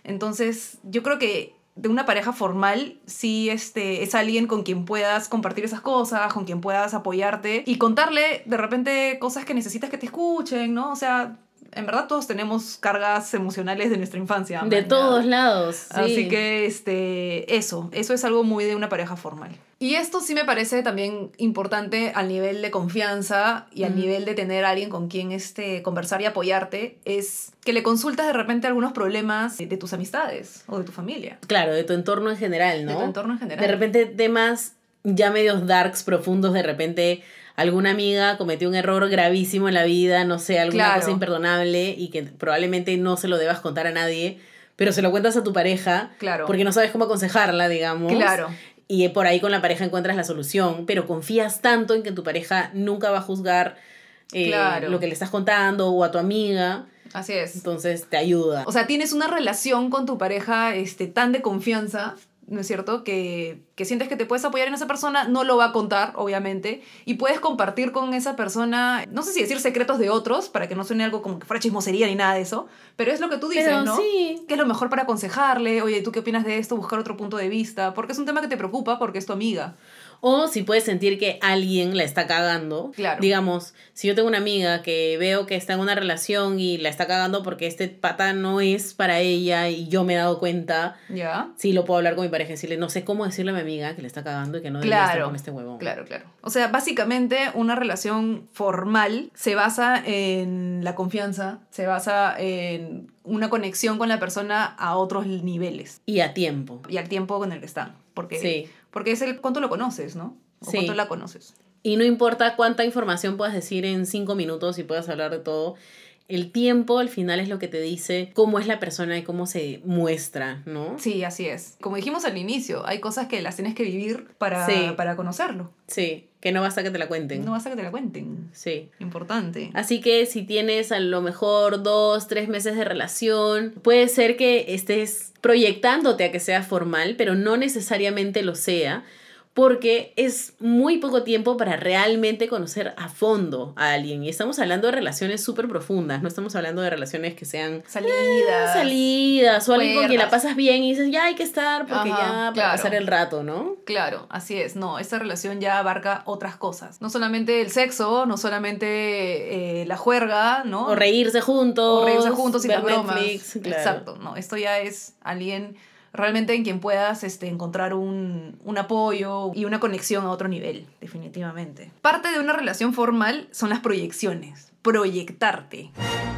A: Entonces, yo creo que de una pareja formal, sí este, es alguien con quien puedas compartir esas cosas, con quien puedas apoyarte y contarle de repente cosas que necesitas que te escuchen, ¿no? O sea, en verdad todos tenemos cargas emocionales de nuestra infancia.
B: De
A: man,
B: todos
A: ya.
B: lados.
A: Así
B: sí.
A: que este, eso, eso es algo muy de una pareja formal. Y esto sí me parece también importante al nivel de confianza y al
B: Ujú.
A: nivel de tener a alguien con quien este, conversar y apoyarte, es que le consultas de repente algunos problemas de, de tus amistades o de tu familia,
B: Claro, de tu entorno en general, ¿no?
A: de tu entorno en general.
B: De repente temas ya medios darks, profundos, de repente alguna amiga cometió un error gravísimo en la vida, no sé, alguna
A: Claro.
B: cosa imperdonable y que probablemente no se lo debas contar a nadie, pero se lo cuentas a tu pareja
A: Claro.
B: porque no sabes cómo aconsejarla, digamos.
A: Claro,
B: Y por ahí con la pareja encuentras la solución, pero confías tanto en que tu pareja nunca va a juzgar eh,
A: Claro.
B: lo que le estás contando o a tu amiga,
A: así es.
B: entonces te ayuda.
A: O sea, tienes una relación con tu pareja este, tan de confianza, ¿no es cierto? Que, que sientes que te puedes apoyar en esa persona, no lo va a contar, obviamente, y puedes compartir con esa persona, no sé si decir secretos de otros, para que no suene algo como que fuera chismosería ni nada de eso, pero es lo que tú dices,
B: pero
A: ¿no?
B: sí,
A: que es lo mejor para aconsejarle, oye, ¿tú qué opinas de esto? Buscar otro punto de vista, porque es un tema que te preocupa, porque es tu amiga.
B: O si puedes sentir que alguien la está cagando.
A: Claro.
B: Digamos, si yo tengo una amiga que veo que está en una relación y la está cagando porque este pata no es para ella y yo me he dado cuenta,
A: ¿Ya?
B: sí lo puedo hablar con mi pareja y decirle, no sé cómo decirle a mi amiga que le está cagando y que no debería estar
A: Claro,
B: con este huevón.
A: Claro, claro. O sea, básicamente una relación formal se basa en la confianza, se basa en una conexión con la persona a otros niveles
B: Y a tiempo.
A: y al tiempo con el que están. Porque
B: Sí.
A: Porque es el cuánto lo conoces, ¿no? O
B: Sí.
A: cuánto la conoces.
B: Y no importa cuánta información puedas decir en cinco minutos y puedas hablar de todo, el tiempo al final es lo que te dice cómo es la persona y cómo se muestra, ¿no?
A: Sí, así es. Como dijimos al inicio, hay cosas que las tienes que vivir para,
B: Sí.
A: para conocerlo.
B: Sí, que no basta que te la cuenten.
A: No basta que te la cuenten.
B: Sí.
A: Importante.
B: Así que si tienes a lo mejor dos, tres meses de relación, puede ser que estés proyectándote a que sea formal, pero no necesariamente lo sea, porque es muy poco tiempo para realmente conocer a fondo a alguien. Y estamos hablando de relaciones súper profundas, no estamos hablando de relaciones que sean
A: Salidas.
B: salidas o alguien con quien la
A: Cuerdas.
B: pasas bien y dices, ya hay que estar porque
A: Ajá,
B: ya para
A: claro.
B: pasar el rato, ¿no?
A: Claro, así es. No, esta relación ya abarca otras cosas. No solamente el sexo, no solamente eh, la juerga, ¿no?
B: O reírse juntos.
A: O reírse juntos y
B: ver
A: las bromas.
B: Netflix, claro.
A: Exacto, no, esto ya es alguien realmente en quien puedas este, encontrar un, un apoyo y una conexión a otro nivel, definitivamente. Parte de una relación formal son las proyecciones, proyectarte.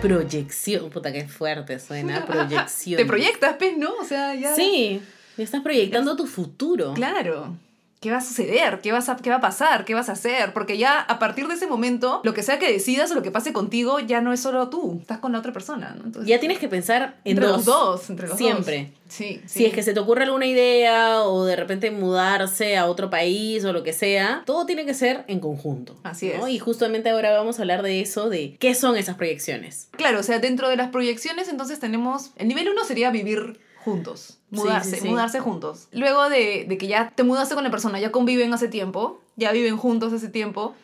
B: Proyección, puta que fuerte suena, proyección.
A: Te proyectas, pues, ¿no? O sea, ya...
B: Sí, ya estás proyectando tu futuro.
A: Claro. ¿Qué va a suceder? ¿Qué, vas a, ¿Qué va a pasar? ¿Qué vas a hacer? Porque ya a partir de ese momento, lo que sea que decidas o lo que pase contigo, ya no es solo tú, estás con la otra persona. ¿no? Entonces,
B: Ya tienes que pensar en
A: entre
B: dos.
A: los dos, entre los
B: Siempre.
A: dos. Sí, sí.
B: Si es que se te ocurre alguna idea o de repente mudarse a otro país o lo que sea, todo tiene que ser en conjunto.
A: Así
B: ¿no?
A: es.
B: Y justamente ahora vamos a hablar de eso, de qué son esas proyecciones.
A: Claro, o sea, dentro de las proyecciones entonces tenemos, el nivel uno sería vivir juntos, mudarse,
B: sí, sí.
A: mudarse juntos. Luego de, de que ya te mudaste con la persona, ya conviven hace tiempo, ya viven juntos hace tiempo,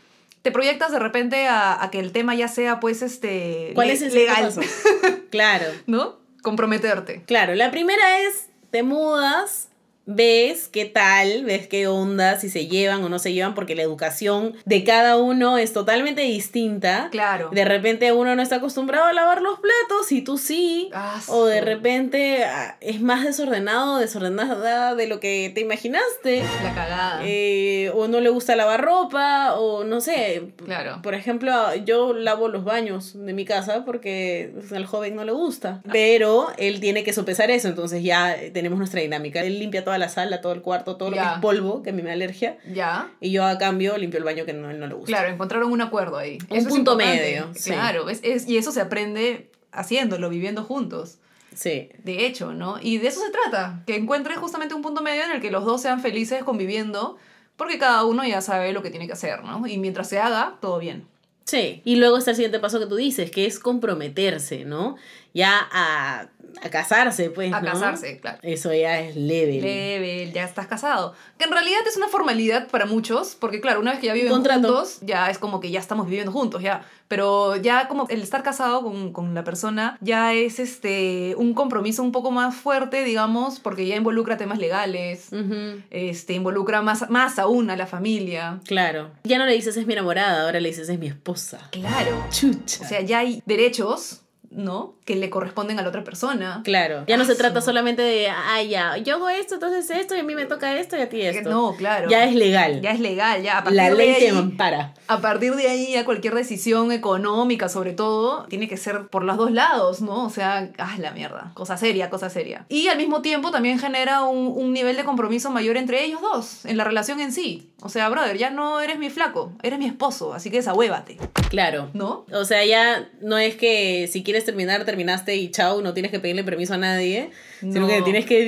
A: te proyectas de repente a, a que el tema ya sea pues este
B: ¿Cuál
A: le-
B: es el
A: legal,
B: siguiente paso? claro.
A: ¿no? Comprometerte.
B: Claro, la primera es, te mudas, ves qué tal, ves qué onda, si se llevan o no se llevan, porque la educación de cada uno es totalmente distinta.
A: Claro.
B: De repente uno no está acostumbrado a lavar los platos y tú sí.
A: Ah,
B: O de
A: su-
B: repente ah, es más desordenado o desordenada de lo que te imaginaste.
A: La cagada.
B: Eh, o no le gusta lavar ropa, o no sé.
A: Claro.
B: Por ejemplo, yo lavo los baños de mi casa porque al joven no le gusta.
A: Ah.
B: Pero él tiene que sopesar eso, entonces ya tenemos nuestra dinámica. Él limpia toda la sala, todo el cuarto, todo lo
A: Ya.
B: que es polvo, que a mí me da alergia.
A: Ya.
B: Y yo a cambio limpio el baño que no, él no le gusta.
A: Claro, encontraron un acuerdo ahí.
B: Un
A: Eso es
B: punto
A: importante.
B: medio, sí.
A: Claro, es- es- y eso se aprende haciéndolo, viviendo juntos.
B: Sí.
A: De hecho, ¿no? Y de eso se trata, que encuentres justamente un punto medio en el que los dos sean felices conviviendo, porque cada uno ya sabe lo que tiene que hacer, ¿no? Y mientras se haga, todo bien.
B: Sí, y luego está el siguiente paso que tú dices, que es comprometerse, ¿no? Ya a, a casarse, pues.
A: A
B: ¿no?
A: casarse, claro.
B: Eso ya es level.
A: Level, ya estás casado. Que en realidad es una formalidad para muchos, porque claro, una vez que ya viven
B: Contrato.
A: juntos, ya es como que ya estamos viviendo juntos, ya. Pero ya como el estar casado con, con la persona ya es este un compromiso un poco más fuerte, digamos, porque ya involucra temas legales,
B: Ujú,
A: este, involucra más, más aún a la familia.
B: Claro. Ya no le dices es mi enamorada, ahora le dices es mi esposa.
A: Claro.
B: Chucha.
A: O sea, ya hay derechos, ¿no? Que le corresponden a la otra persona.
B: claro. Ya no se
A: Ah,
B: trata
A: sí.
B: solamente de, ay, ya, yo hago esto, entonces esto, y a mí me toca esto y a ti
A: Que
B: esto.
A: No, claro.
B: Ya es legal.
A: Ya es legal, ya. A partir
B: La
A: de
B: ley te
A: ahí-
B: ampara.
A: A partir de ahí, ya cualquier decisión económica, sobre todo, tiene que ser por los dos lados, ¿no? O sea, ah, la mierda. Cosa seria, cosa seria. Y al mismo tiempo también genera un, un nivel de compromiso mayor entre ellos dos, en la relación en sí. O sea, brother, ya no eres mi flaco, eres mi esposo, así que desahuévate,
B: Claro.
A: ¿no?
B: O sea, ya no es que si quieres terminar, terminaste y chau, no tienes que pedirle permiso a nadie, sino
A: No.
B: que te tienes que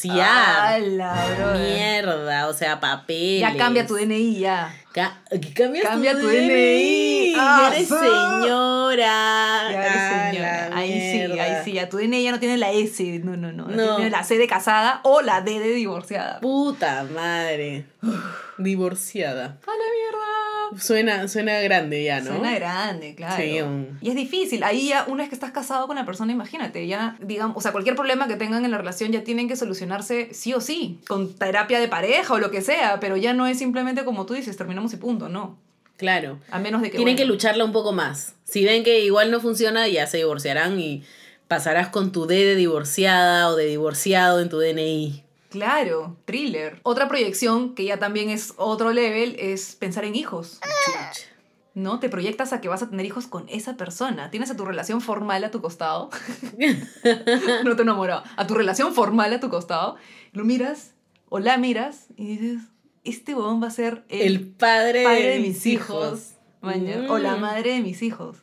B: divorciar.
A: ¡Hala, brother!
B: Mierda, o sea, papel.
A: Ya cambia tu DNI, ya.
B: cambias
A: Cambia
B: tu,
A: tu
B: DNI.
A: DNI.
B: Ya
A: Ah,
B: eres
A: sí.
B: señora.
A: Ya eres
B: Ah,
A: señora.
B: la
A: Ahí sí,
B: mierda.
A: ahí sí. Ya tu DNI ya no tiene la S. No, no, no.
B: No.
A: Tiene la C de casada o la D de divorciada.
B: Puta madre. Divorciada.
A: ¡A la mierda!
B: Suena, suena grande ya, ¿no?
A: Suena grande, claro.
B: Sí, un-
A: Y es difícil. Ahí ya, una vez que estás casado con la persona, imagínate, ya, digamos, o sea, cualquier problema que tengan en la relación ya tienen que solucionarse sí o sí, con terapia de pareja o lo que sea, pero ya no es simplemente como tú dices, terminamos y punto, no.
B: Claro.
A: A menos de que...
B: Tienen que
A: bueno,
B: lucharla un poco más. Si ven que igual no funciona, ya se divorciarán y pasarás con tu D de divorciada o de divorciado en tu DNI.
A: Claro, thriller. Otra proyección que ya también es otro level es pensar en hijos.
B: Chucha.
A: No, te proyectas a que vas a tener hijos con esa persona. Tienes a tu relación formal a tu costado. no te enamoró. A tu relación formal a tu costado. Lo miras. o la miras y dices, este huevón va a ser el,
B: El padre,
A: padre de mis hijos. maña, O la
B: Mm.
A: madre de mis hijos.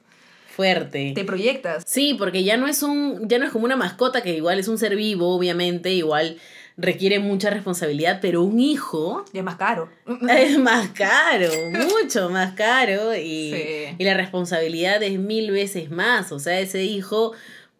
B: Fuerte.
A: Te proyectas.
B: Sí, porque ya no es un, ya no es como una mascota que igual es un ser vivo, obviamente, igual requiere mucha responsabilidad, pero un hijo
A: Ya es más caro.
B: es más caro, mucho más caro y,
A: Sí.
B: y la responsabilidad es mil veces más, o sea, ese hijo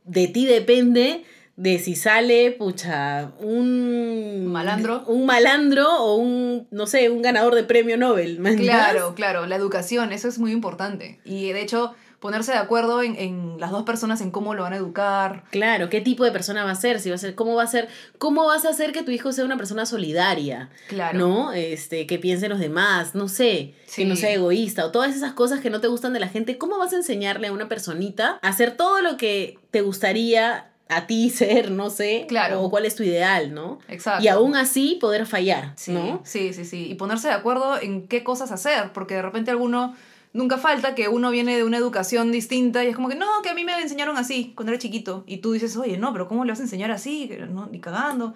B: de ti depende de si sale, pucha, un
A: Malandro.
B: un malandro o un, no sé, un ganador de premio Nobel, ¿me entiendes?
A: Claro, claro, la educación, eso es muy importante. Y de hecho, ponerse de acuerdo en, en las dos personas en cómo lo van a educar.
B: Claro, qué tipo de persona va a ser, si va a ser, cómo va a ser, cómo vas a hacer que tu hijo sea una persona solidaria,
A: Claro.
B: ¿no? Este, que piense en los demás, no sé,
A: Sí.
B: que no sea egoísta, o todas esas cosas que no te gustan de la gente, ¿cómo vas a enseñarle a una personita a hacer todo lo que te gustaría a ti ser, no sé?
A: Claro.
B: O cuál es tu ideal, ¿no?
A: Exacto.
B: Y aún así poder fallar,
A: Sí,
B: ¿no?
A: sí, sí, sí. Y ponerse de acuerdo en qué cosas hacer, porque de repente alguno, nunca falta que uno viene de una educación distinta y es como que, no, que a mí me enseñaron así cuando era chiquito. Y tú dices, oye, no, pero ¿cómo le vas a enseñar así? Que no, ni cagando.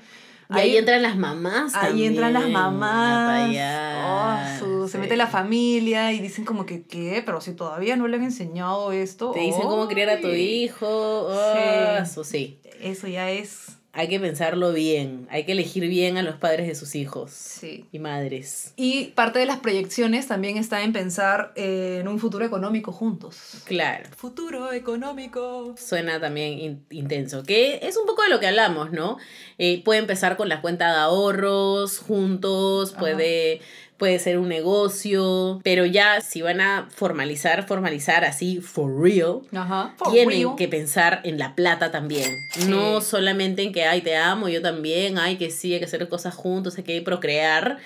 B: Y ahí, entran las mamás.
A: ahí entran las
B: también a
A: mamás.
B: fallar,
A: oh, su- Se
B: sí.
A: mete la familia y dicen como que, ¿qué? Pero si todavía no le han enseñado esto.
B: Te dicen cómo criar a tu
A: ¡Ay!
B: hijo. oh,
A: Sí.
B: eso sí.
A: Eso ya es...
B: Hay que pensarlo bien, hay que elegir bien a los padres de sus hijos
A: Sí.
B: y madres.
A: Y parte de las proyecciones también está en pensar eh, en un futuro económico juntos.
B: Claro,
A: Futuro económico.
B: suena también in- intenso, que es un poco de lo que hablamos, ¿no? Eh, puede empezar con la cuenta de ahorros juntos,
A: Ajá.
B: puede, puede ser un negocio, pero ya si van a formalizar, formalizar así, for real.
A: Ajá.
B: tienen que pensar en la plata también.
A: Sí.
B: No solamente en que, ay, te amo, yo también, ay, que sí, hay que hacer cosas juntos, hay que procrear.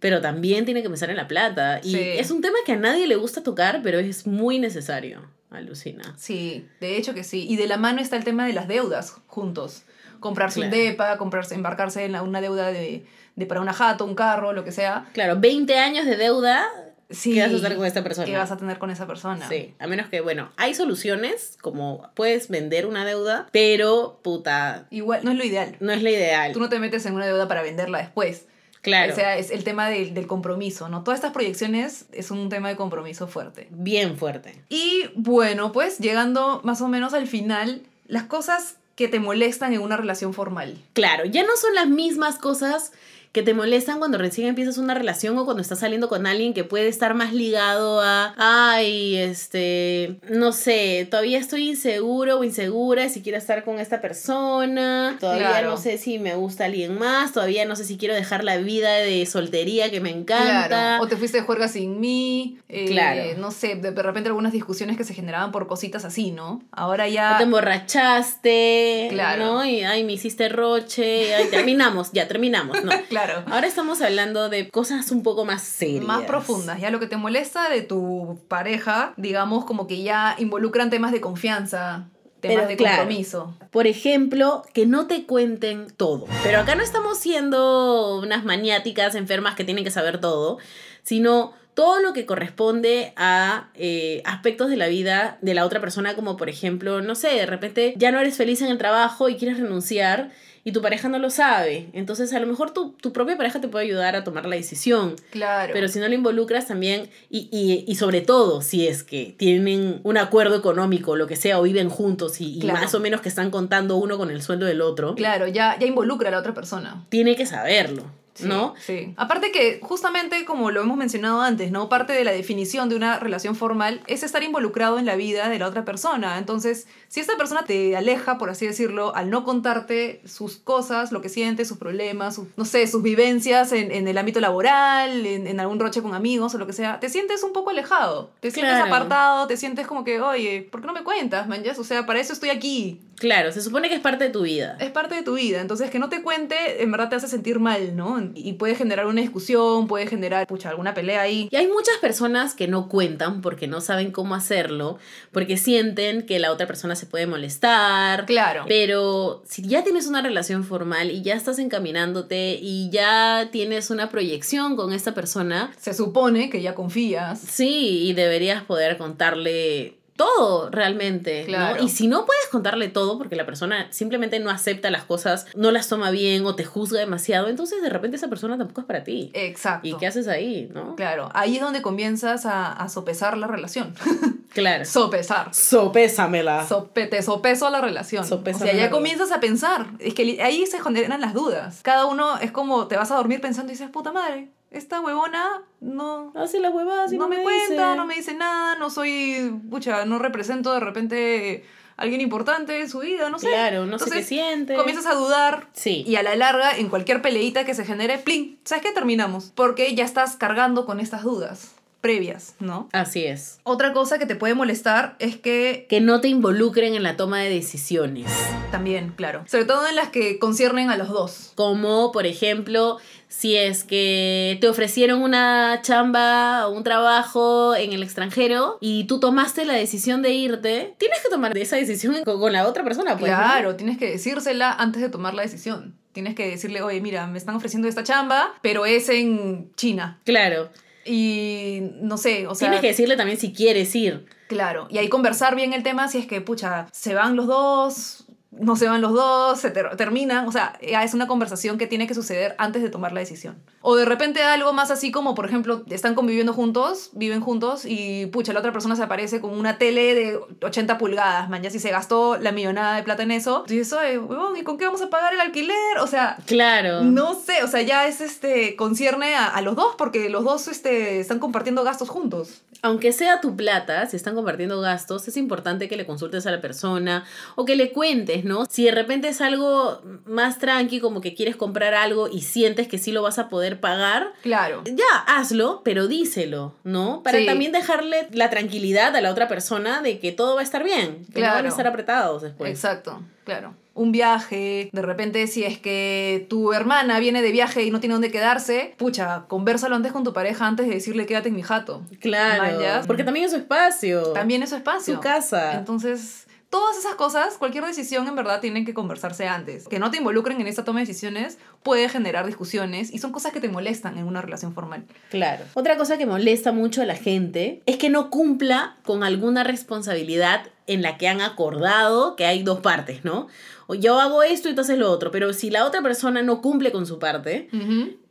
B: Pero también tienen que pensar en la plata. Y
A: Sí.
B: es un tema que a nadie le gusta tocar, pero es muy necesario. Alucina.
A: Sí, de hecho que sí. Y de la mano está el tema de las deudas juntos. Comprarse un
B: Claro.
A: depa, comprarse, embarcarse en la- una deuda de, de para una jato, un carro, lo que sea.
B: Claro, 20 años de deuda,
A: Sí.
B: ¿qué vas a hacer con esta persona?
A: ¿Qué vas a tener con esa persona?
B: Sí, a menos que, bueno, hay soluciones, como puedes vender una deuda, pero puta,
A: Igual, no es lo ideal.
B: no es la ideal.
A: Tú no te metes en una deuda para venderla después.
B: Claro.
A: O sea, es el tema del, del compromiso, ¿no? Todas estas proyecciones es un tema de compromiso fuerte.
B: bien fuerte.
A: Y bueno, pues llegando más o menos al final, las cosas que te molestan en una relación formal.
B: Claro, ya no son las mismas cosas que te molestan cuando recién empiezas una relación o cuando estás saliendo con alguien que puede estar más ligado a, ay, este, no sé, todavía estoy inseguro o insegura si quiero estar con esta persona, todavía
A: Claro.
B: no sé si me gusta alguien más, todavía no sé si quiero dejar la vida de soltería que me encanta.
A: O te fuiste de juerga sin mí. eh,
B: Claro.
A: No sé, de de repente algunas discusiones que se generaban por cositas así, ¿no? Ahora
B: O
A: ya.
B: te emborrachaste,
A: Claro.
B: ¿no? Y, ay, me hiciste roche, y, ay, terminamos, ya, terminamos, ¿no?
A: Claro.
B: Ahora estamos hablando de cosas un poco más serias.
A: Más profundas, ya lo que te molesta de tu pareja, digamos, como que ya involucran temas de confianza, temas
B: Pero
A: de
B: claro.
A: compromiso.
B: Por ejemplo, que no te cuenten todo. Pero acá no estamos siendo unas maniáticas enfermas que tienen que saber todo, sino todo lo que corresponde a eh, aspectos de la vida de la otra persona, como por ejemplo, no sé, de repente ya no eres feliz en el trabajo y quieres renunciar y tu pareja no lo sabe. Entonces a lo mejor tu, tu propia pareja te puede ayudar a tomar la decisión.
A: Claro.
B: Pero si no lo involucras también, y, y, y sobre todo si es que tienen un acuerdo económico, lo que sea, o viven juntos y, y
A: Claro.
B: más o menos que están contando uno con el sueldo del otro,
A: Claro, ya, ya involucra a la otra persona.
B: tiene que saberlo,
A: Sí,
B: ¿no?
A: Sí. Aparte que, justamente como lo hemos mencionado antes, ¿no? Parte de la definición de una relación formal es estar involucrado en la vida de la otra persona. Entonces, si esta persona te aleja, por así decirlo, al no contarte sus cosas, lo que siente, sus problemas, sus- no sé, sus vivencias en, en el ámbito laboral, en, en algún roche con amigos o lo que sea, te sientes un poco alejado. Te sientes
B: Claro.
A: apartado, te sientes como que, oye, ¿por qué no me cuentas, man? O sea, para eso estoy aquí.
B: Claro, se supone que es parte de tu vida.
A: Es parte de tu vida, entonces que no te cuente en verdad te hace sentir mal, ¿no? Y puede generar una discusión, puede generar, pucha, alguna pelea ahí.
B: Y hay muchas personas que no cuentan porque no saben cómo hacerlo, porque sienten que la otra persona se puede molestar,
A: Claro.
B: Pero si ya tienes una relación formal y ya estás encaminándote y ya tienes una proyección con esta persona,
A: Se supone que ya confías.
B: sí, y deberías poder contarle todo realmente. ¿no?
A: Claro.
B: Y si no puedes contarle todo porque la persona simplemente no acepta las cosas, no las toma bien o te juzga demasiado, entonces de repente esa persona tampoco es para ti.
A: Exacto.
B: ¿Y qué haces ahí? ¿No?
A: Claro, ahí es donde comienzas a, a sopesar la relación.
B: Claro.
A: sopesar.
B: Sopésamela.
A: Sope- te sopeso la relación.
B: Sopésame
A: o
B: la
A: sea, ya
B: relación.
A: comienzas a pensar. Es que li- ahí se generan las dudas. Cada uno es como te vas a dormir pensando y dices, puta madre, esta huevona no,
B: Hace las huevadas y
A: no, me, cuenta,
B: dice.
A: no me dice nada, no soy, pucha, no represento de repente a alguien importante en su vida, no sé.
B: Claro, no sé qué
A: Entonces,
B: siente.
A: Comienzas a dudar
B: Sí.
A: y a la larga, en cualquier peleita que se genere, plin, ¿sabes qué? Terminamos. Porque ya estás cargando con estas dudas previas, ¿no?
B: Así es.
A: Otra cosa que te puede molestar es que
B: Que no te involucren en la toma de decisiones.
A: También, claro. Sobre todo en las que conciernen a los dos.
B: Como, por ejemplo, si es que te ofrecieron una chamba o un trabajo en el extranjero y tú tomaste la decisión de irte, tienes que tomar esa decisión con, con la otra persona, pues. ¿no?
A: Claro, tienes que decírsela antes de tomar la decisión. Tienes que decirle, oye, mira, me están ofreciendo esta chamba, pero es en China.
B: Claro.
A: Y no sé, o sea,
B: tienes que decirle también si quieres ir.
A: claro. Y ahí conversar bien el tema si es que, pucha, se van los dos, no se van los dos, se ter- terminan. O sea, ya es una conversación que tiene que suceder antes de tomar la decisión. O de repente algo más así como, por ejemplo, están conviviendo juntos, viven juntos y, pucha, la otra persona se aparece con una tele de 80 pulgadas, man, ya si se gastó la millonada de plata en eso. Y dices, oye, huevón, ¿y con qué vamos a pagar el alquiler? O sea,
B: Claro.
A: no sé, o sea, ya es este, concierne a, a los dos porque los dos este, están compartiendo gastos juntos.
B: Aunque sea tu plata, si están compartiendo gastos, es importante que le consultes a la persona o que le cuentes, ¿no? Si de repente es algo más tranqui, como que quieres comprar algo y sientes que sí lo vas a poder pagar,
A: Claro.
B: ya hazlo, pero díselo, ¿no? Para
A: Sí.
B: también dejarle la tranquilidad a la otra persona de que todo va a estar bien, que no van a
A: Claro.
B: estar apretados después.
A: Exacto, claro. Un viaje, de repente si es que tu hermana viene de viaje y no tiene dónde quedarse, pucha, conversalo antes con tu pareja antes de decirle quédate en mi jato.
B: Claro,
A: Mayas.
B: porque también es su espacio,
A: También es su espacio.
B: su casa.
A: Entonces, todas esas cosas, cualquier decisión en verdad tienen que conversarse antes. Que no te involucren en esta toma de decisiones puede generar discusiones y son cosas que te molestan en una relación formal.
B: Claro. Otra cosa que molesta mucho a la gente es que no cumpla con alguna responsabilidad en la que han acordado que hay dos partes, ¿no? O yo hago esto y tú haces lo otro, pero si la otra persona no cumple con su parte,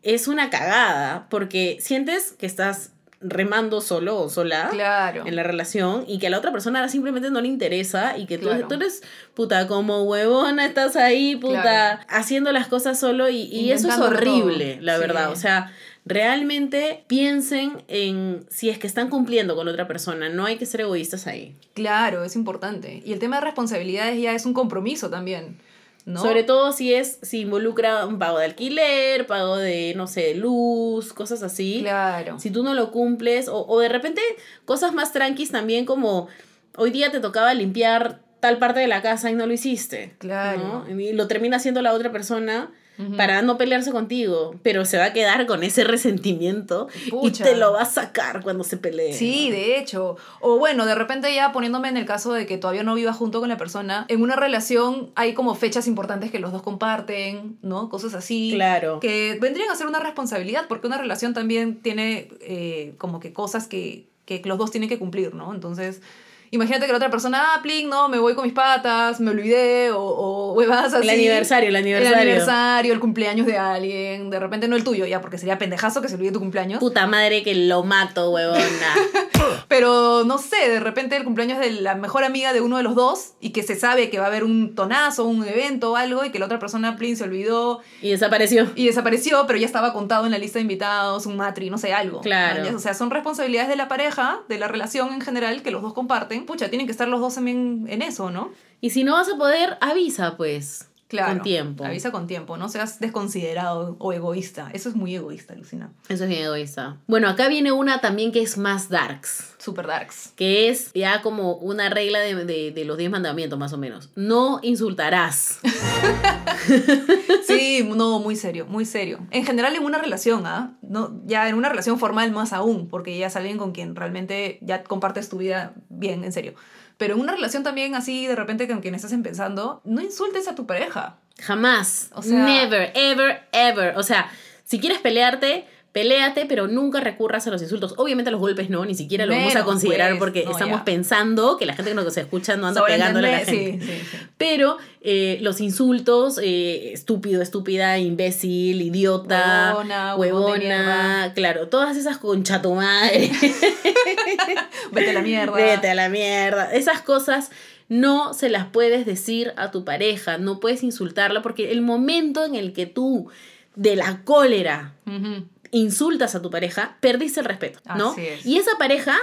B: es una cagada porque sientes que estás remando solo o
A: Ah,
B: sola.
A: Claro.
B: En la relación y que a la otra persona simplemente no le interesa y que tú,
A: Claro.
B: tú eres puta como huevona, estás ahí puta
A: Claro.
B: haciendo las cosas solo y, y eso es
A: Intentando
B: horrible,
A: todo.
B: la
A: Sí.
B: verdad. O sea, realmente piensen en si es que están cumpliendo con otra persona, no hay que ser egoístas ahí.
A: Claro, es importante. Y el tema de responsabilidades ya es un compromiso también. ¿no?
B: Sobre todo si es, si involucra un pago de alquiler, pago de, no sé, luz, cosas así.
A: Claro.
B: Si tú no lo cumples, o, o de repente cosas más tranquis también como hoy día te tocaba limpiar tal parte de la casa y no lo hiciste.
A: Claro. Mm.
B: ¿no? Y lo termina haciendo la otra persona
A: Ujú.
B: para no pelearse contigo, pero se va a quedar con ese resentimiento
A: Pucha.
B: y te lo va a sacar cuando se pelee.
A: Sí, de hecho. O bueno, de repente ya poniéndome en el caso de que todavía no viva junto con la persona, en una relación hay como fechas importantes que los dos comparten, ¿no? Cosas así.
B: Claro.
A: Que vendrían a ser una responsabilidad, porque una relación también tiene eh, como que cosas que, que los dos tienen que cumplir, ¿no? Entonces... Imagínate que la otra persona, ah, pling, no, me voy con mis patas, me olvidé, o, o huevadas así.
B: El aniversario, el
A: El
B: aniversario.
A: aniversario, el cumpleaños de alguien, de repente no el tuyo ya, porque sería pendejazo que se olvide tu cumpleaños.
B: Puta madre que lo mato, huevona.
A: Pero no sé, de repente el cumpleaños de la mejor amiga de uno de los dos y que se sabe que va a haber un tonazo, un evento o algo y que la otra persona, plin, se olvidó
B: y desapareció.
A: y desapareció, pero ya estaba contado en la lista de invitados, un matri, no sé, algo.
B: Claro.
A: ¿Entiendes? O sea, son responsabilidades de la pareja, de la relación en general que los dos comparten. Pucha, tienen que estar los dos también en eso, ¿no?
B: Y si no vas a poder, avisa pues.
A: Claro.
B: Con tiempo.
A: Avisa con tiempo, no seas desconsiderado o egoísta. Eso es muy egoísta, Lucina.
B: Eso es bien egoísta. Bueno, acá viene una también que es más darks.
A: Super darks.
B: que es ya como una regla de, de- de los 10 mandamientos más o menos. No insultarás.
A: Sí, no, muy serio, muy serio. En general en una relación, ¿ah? No, ya en una relación formal más aún, porque ya es alguien con quien realmente ya compartes tu vida bien, en serio. Pero en una relación también así, de repente con quien estás empezando, no insultes a tu pareja.
B: Jamás.
A: O sea-
B: Never, ever, ever. O sea, si quieres pelearte, Peléate, pero nunca recurras a los insultos. Obviamente a los golpes no, ni siquiera lo vamos a
A: Menos,
B: considerar
A: pues,
B: porque
A: no,
B: estamos
A: ya.
B: pensando que la gente que nos escucha no anda pegándole a la gente.
A: Sobreentendé, sí, sí, sí.
B: Pero eh, los insultos, eh, estúpido, estúpida, imbécil, idiota, huevona,
A: Huevona, huevón de mierda.
B: claro, todas esas concha tu madre,
A: Vete a la mierda.
B: vete a la mierda, esas cosas no se las puedes decir a tu pareja, no puedes insultarla porque el momento en el que tú de la cólera
A: Ujú.
B: insultas a tu pareja, perdiste el respeto, ¿no?
A: Así es.
B: Y esa pareja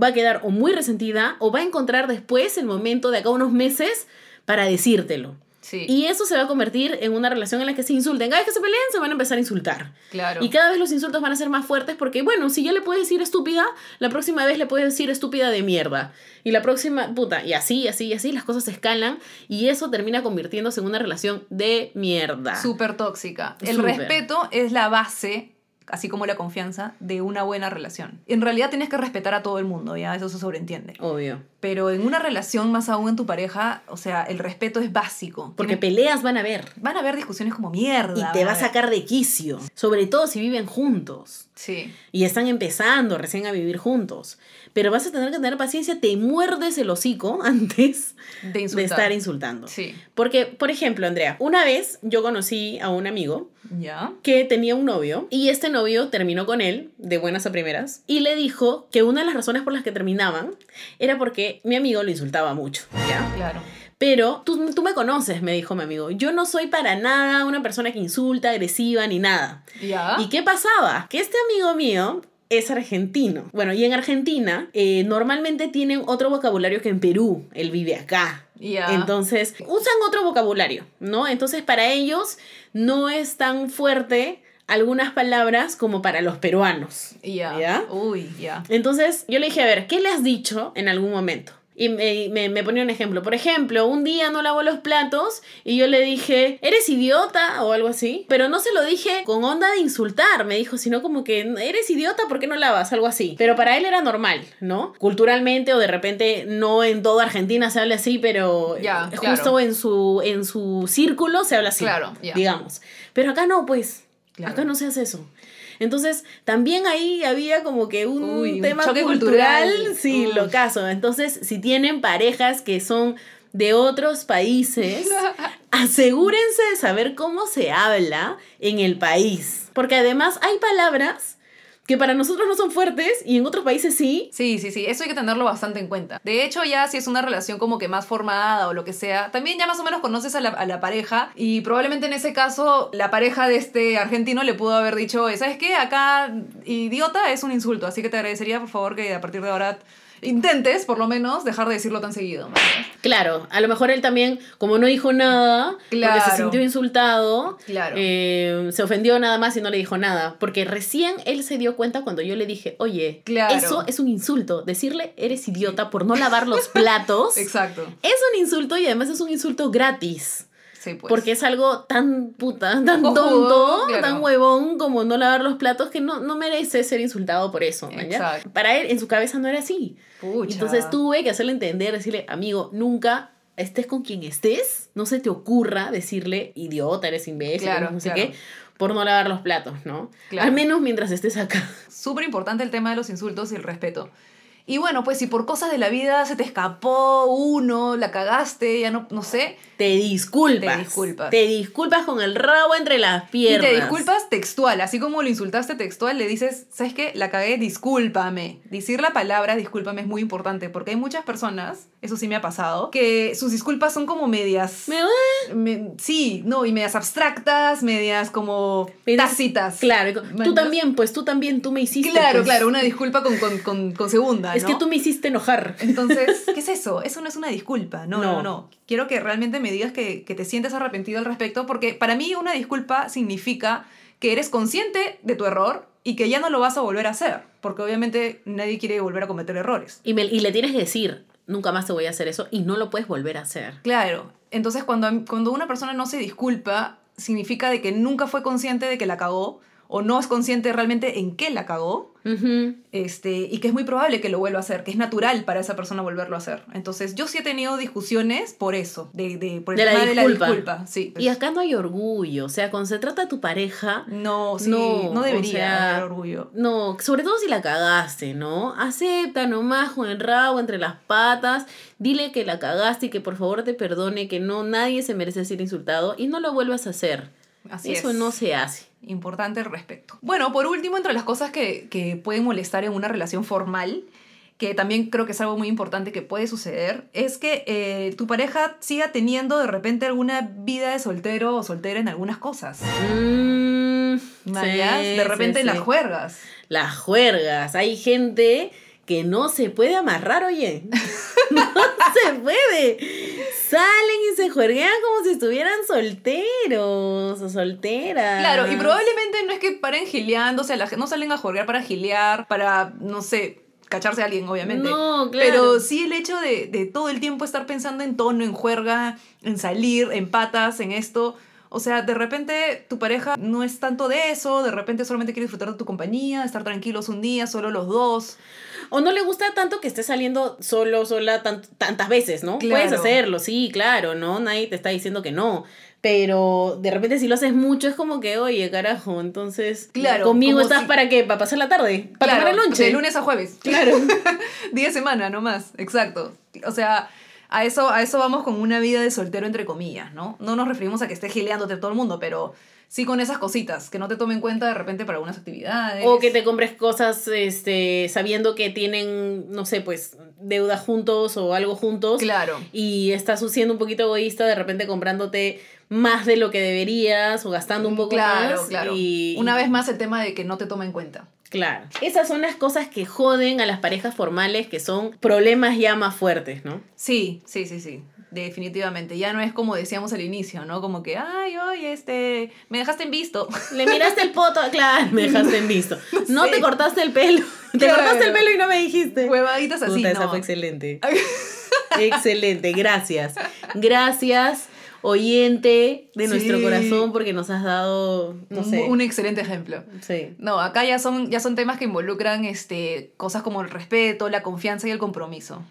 B: va a quedar o muy resentida o va a encontrar después el momento de acá a unos meses para decírtelo.
A: Sí,
B: Y eso se va a convertir en una relación en la que se insulten. Cada vez que se peleen, se van a empezar a insultar.
A: claro.
B: Y cada vez los insultos van a ser más fuertes porque, bueno, si ya le puedes decir estúpida, la próxima vez le puedes decir estúpida de mierda. Y la próxima, puta, y así, y así, y así, las cosas se escalan y eso termina convirtiéndose en una relación de mierda.
A: Súper tóxica. El
B: Súper.
A: respeto es la base, así como la confianza, de una buena relación. En realidad tienes que respetar a todo el mundo, ya eso se sobreentiende.
B: Obvio.
A: Pero en una relación, más aún en tu pareja, o sea, el respeto es básico.
B: Porque
A: Tienes-
B: peleas van a ver.
A: van a haber discusiones como mierda.
B: Y
A: van
B: te va a
A: haber-
B: sacar de quicio. Sobre todo si viven juntos.
A: Sí.
B: y están empezando recién a vivir juntos. Pero vas a tener que tener paciencia, te muerdes el hocico antes
A: De insultar.
B: de estar insultando.
A: Sí.
B: Porque, por ejemplo, Andrea, una vez yo conocí a un amigo
A: Ya.
B: que tenía un novio y este novio terminó con él de buenas a primeras y le dijo que una de las razones por las que terminaban era porque mi amigo lo insultaba mucho. ¿ya?
A: Claro.
B: Pero tú, tú me conoces, me dijo mi amigo. Yo no soy para nada una persona que insulta, agresiva, ni nada.
A: Ya.
B: ¿Y qué pasaba? Que este amigo mío es argentino. Bueno, y en Argentina eh, normalmente tienen otro vocabulario que en Perú. Él vive acá.
A: Ya.
B: Entonces, usan otro vocabulario, ¿no? Entonces, para ellos no es tan fuerte algunas palabras como para los peruanos.
A: Ya.
B: ¿Ya?
A: Uy, ya.
B: Entonces, yo le dije, a ver, ¿qué le has dicho en algún momento? Y me, me, me ponía un ejemplo. Por ejemplo, un día no lavo los platos y yo le dije, eres idiota o algo así. Pero no se lo dije con onda de insultar, me dijo, sino como que, eres idiota, ¿por qué no lavas? Algo así. Pero para él era normal, ¿no? Culturalmente o de repente no en toda Argentina se habla así, pero
A: Ya,
B: eh,
A: claro.
B: justo en, su, en su círculo se habla así.
A: Claro, ya.
B: Digamos. Pero acá no, pues.
A: Claro.
B: Acá no se hace eso. Entonces, también ahí había como que un
A: Uy, un
B: un tema
A: choque
B: cultural,
A: cultural.
B: sí,
A: Uy.
B: lo caso. Entonces, si tienen parejas que son de otros países, asegúrense de saber cómo se habla en el país. Porque además hay palabras que para nosotros no son fuertes y en otros países sí.
A: Sí, sí, sí, eso hay que tenerlo bastante en cuenta. De hecho, ya si es una relación como que más formada o lo que sea, también ya más o menos conoces a la, a la pareja y probablemente en ese caso la pareja de este argentino le pudo haber dicho, "Oye, ¿sabes qué? Acá idiota es un insulto, así que te agradecería por favor que a partir de ahora intentes por lo menos dejar de decirlo tan seguido. ¿me entiendes?
B: Claro, a lo mejor él también, como no dijo nada, porque
A: Claro.
B: se sintió insultado,
A: Claro.
B: eh, se ofendió nada más y no le dijo nada. Porque recién él se dio cuenta cuando yo le dije, oye,
A: Claro.
B: eso es un insulto. Decirle eres idiota por no lavar los platos es
A: Exacto.
B: un insulto y además es un insulto gratis.
A: Sí, pues.
B: Porque es algo tan puta, tan
A: Cojudo,
B: tonto,
A: claro.
B: tan huevón como no lavar los platos que no, no merece ser insultado por eso. ¿me entiendes?
A: Exacto.
B: Para él, en su cabeza no era así.
A: Pucha.
B: Entonces tuve que hacerle entender, decirle, amigo, nunca estés con quien estés, no se te ocurra decirle, idiota, eres imbécil,
A: Claro,
B: no sé
A: claro.
B: qué, por no lavar los platos, ¿no?
A: Claro.
B: Al menos mientras estés acá.
A: Súper importante el tema de los insultos y el respeto. Y bueno, pues si por cosas de la vida se te escapó uno, la cagaste, ya no, no sé,
B: Te disculpas.
A: Te disculpas.
B: Te disculpas con el rabo entre las
A: y
B: piernas.
A: te disculpas textual, así como lo insultaste textual, le dices, ¿sabes qué? La cagué, discúlpame. Decir la palabra discúlpame es muy importante, porque hay muchas personas, eso sí me ha pasado, que sus disculpas son como medias...
B: Me-
A: me- sí, no, y medias abstractas, medias como
B: Medias-
A: tacitas.
B: Claro, y co-
A: Bueno,
B: tú también, pues tú también, tú me hiciste.
A: Claro,
B: pues.
A: claro, una disculpa con, con, con- con segunda.
B: Es que
A: ¿no?
B: tú me hiciste enojar.
A: Entonces, ¿qué es eso? Eso no es una disculpa. No, no, no.
B: No.
A: Quiero que realmente me digas que, que te sientes arrepentido al respecto, porque para mí una disculpa significa que eres consciente de tu error y que ya no lo vas a volver a hacer, porque obviamente nadie quiere volver a cometer errores.
B: Y, me- y le tienes que decir, nunca más te voy a hacer eso y no lo puedes volver a hacer.
A: Claro. Entonces, cuando, cuando una persona no se disculpa, significa de que nunca fue consciente de que la cagó o no es consciente realmente en qué la cagó,
B: Ujú.
A: este, y que es muy probable que lo vuelva a hacer, que es natural para esa persona volverlo a hacer. Entonces, yo sí he tenido discusiones por eso, de, de, por el
B: De la
A: tema de la
B: disculpa.
A: disculpa. Sí.
B: Y acá no hay orgullo, o sea, cuando se trata de tu pareja,
A: No, sí,
B: No,
A: no,
B: o
A: debería
B: sea,
A: haber orgullo.
B: no, sobre todo si la cagaste, ¿no? Acepta nomás con el rabo entre las patas, dile que la cagaste y que por favor te perdone, que no, nadie se merece ser insultado y no lo vuelvas a hacer.
A: Así
B: Eso
A: es.
B: no se hace.
A: Importante el respeto. Bueno, por último, entre las cosas que, que pueden molestar en una relación formal, que también creo que es algo muy importante que puede suceder, es que eh, tu pareja siga teniendo de repente alguna vida de soltero o soltera en algunas cosas.
B: Mm,
A: Mayas,
B: sí,
A: de repente
B: sí,
A: en las
B: sí.
A: juergas.
B: Las juergas. Hay gente que no se puede amarrar, oye. No se puede. Salen y se juerguean como si estuvieran solteros o solteras.
A: Claro, y probablemente no es que paren gileándose, la gen- no salen a jugar para gilear, para, no sé, cacharse a alguien, obviamente.
B: No, claro.
A: Pero sí el hecho de, de todo el tiempo estar pensando en tono, en juerga, en salir, en patas, en esto. O sea, de repente tu pareja no es tanto de eso, de repente solamente quiere disfrutar de tu compañía, estar tranquilos un día, solo los dos.
B: O no le gusta tanto que estés saliendo solo, sola tan- tantas veces, ¿no?
A: Claro.
B: Puedes hacerlo, sí, claro, ¿no? Nadie te está diciendo que no. Pero de repente si lo haces mucho es como que, oye, carajo, entonces
A: Claro,
B: conmigo
A: como
B: estás
A: si-
B: para qué? ¿Para pasar la tarde? ¿Para
A: Claro,
B: comer el lonche?
A: De lunes a jueves.
B: Claro.
A: Día de semana nomás, exacto. O sea, a eso, a eso vamos con una vida de soltero entre comillas, ¿no? No nos referimos a que esté gileándote todo el mundo, pero sí con esas cositas, que no te tomen en cuenta de repente para algunas actividades.
B: O que te compres cosas este, sabiendo que tienen, no sé, pues deuda juntos o algo juntos.
A: Claro.
B: Y estás siendo un poquito egoísta de repente comprándote más de lo que deberías o gastando un poco
A: Mm, claro,
B: más.
A: claro.
B: Y,
A: Una vez más el tema de que no te tomen en cuenta.
B: Claro. Esas son las cosas que joden a las parejas formales que son problemas ya más fuertes, ¿no?
A: Sí, sí, sí, sí. Definitivamente. Ya no es como decíamos al inicio, ¿no? Como que, ay, oye, este, me dejaste en visto.
B: Le miraste el poto, claro, me dejaste en visto. No te cortaste el pelo. Te
A: Claro.
B: cortaste el pelo y no me dijiste.
A: Huevaditas así,
B: Puta, esa
A: ¿no?
B: fue excelente. excelente, gracias. Gracias, oyente de nuestro
A: Sí.
B: corazón, porque nos has dado, no
A: Un-
B: sé.
A: un excelente ejemplo.
B: Sí.
A: No, acá ya son, ya son temas que involucran este, cosas como el respeto, la confianza y el compromiso.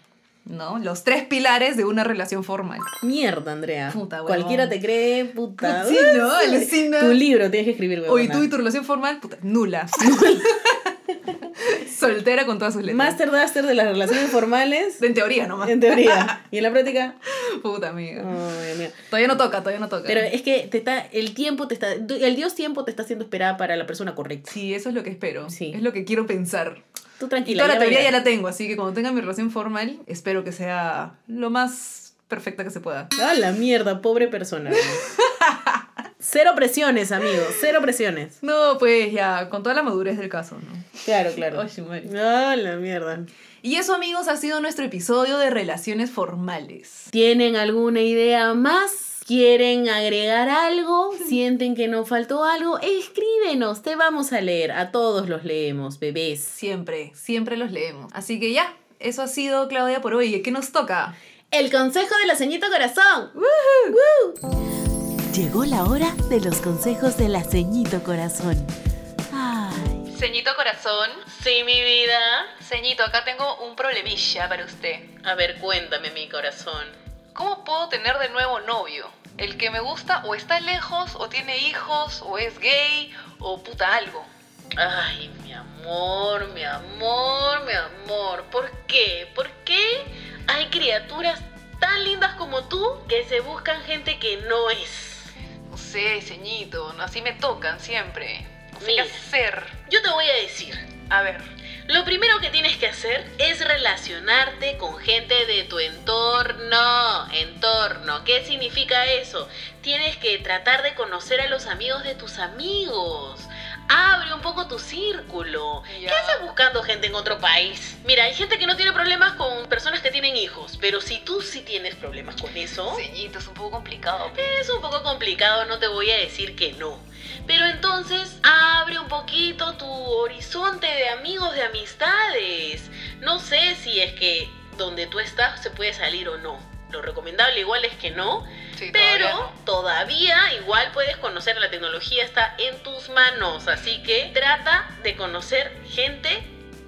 A: ¿No? Los tres pilares de una relación formal.
B: Mierda, Andrea.
A: Puta, huevón.
B: Cualquiera te cree, puta.
A: Sí, ¿no? Alucina.
B: Tu libro tienes que escribir,
A: Hoy
B: huevona.
A: tú y tu relación formal, puta, nula. Soltera con todas sus letras.
B: Master Duster de las relaciones formales,
A: En teoría nomás.
B: en teoría. Y en la práctica,
A: Puta amiga.
B: oh, Dios mío.
A: Todavía no toca, todavía no toca.
B: Pero es que te está, el tiempo te está, el Dios tiempo te está haciendo esperar para la persona correcta.
A: Sí, eso es lo que espero.
B: Sí.
A: Es lo que quiero pensar.
B: Tú
A: Y
B: tranquila.
A: toda la
B: ya
A: teoría ya
B: verás.
A: la tengo, así que cuando tenga mi relación formal, espero que sea lo más perfecta que se pueda.
B: A Ah, la mierda, pobre persona. güey. cero presiones, amigo, cero presiones.
A: No, pues ya, con toda la madurez del caso, ¿no?
B: Claro, claro.
A: Ay, su madre.
B: A ah, la mierda.
A: Y eso, amigos, ha sido nuestro episodio de relaciones formales.
B: ¿Tienen alguna idea más? ¿Quieren agregar algo? ¿Sienten que nos faltó algo? Escríbenos, te vamos a leer. A todos los leemos, bebés.
A: Siempre, siempre los leemos. Así que ya, eso ha sido Claudia por hoy. ¿Qué nos toca?
B: El consejo de la ceñita corazón.
C: Llegó la hora de los consejos de la ceñito corazón. Ay,
D: Ceñito corazón. Sí, mi vida. Ceñito, acá tengo un problemilla para usted.
E: A ver, cuéntame, mi corazón.
D: ¿Cómo puedo tener de nuevo novio? El que me gusta o está lejos, o tiene hijos, o es gay, o puta algo.
E: Ay, mi amor, mi amor, mi amor. ¿Por qué? ¿Por qué hay criaturas tan lindas como tú que se buscan gente que no es?
D: No sé, ceñito, no, así me tocan siempre. No sé qué
E: Mira.
D: hacer.
E: Yo te voy a decir,
D: A ver,
E: lo primero que tienes que hacer es relacionarte con gente de tu entorno. Entorno, ¿qué significa eso? Tienes que tratar de conocer a los amigos de tus amigos. Abre un poco tu círculo.
D: ya.
E: ¿Qué haces buscando gente en otro país? Mira, hay gente que no tiene problemas con personas que tienen hijos, pero si tú sí tienes problemas con eso,
D: Ceñito, es un poco complicado. pe.
E: es un poco complicado, no te voy a decir que no. Pero entonces abre un poquito tu horizonte de amigos, de amistades. No sé si es que donde tú estás se puede salir o no. Lo recomendable igual es que no,
D: Sí,
E: Pero
D: todavía no.
E: todavía igual puedes conocer, la tecnología está en tus manos, así que trata de conocer gente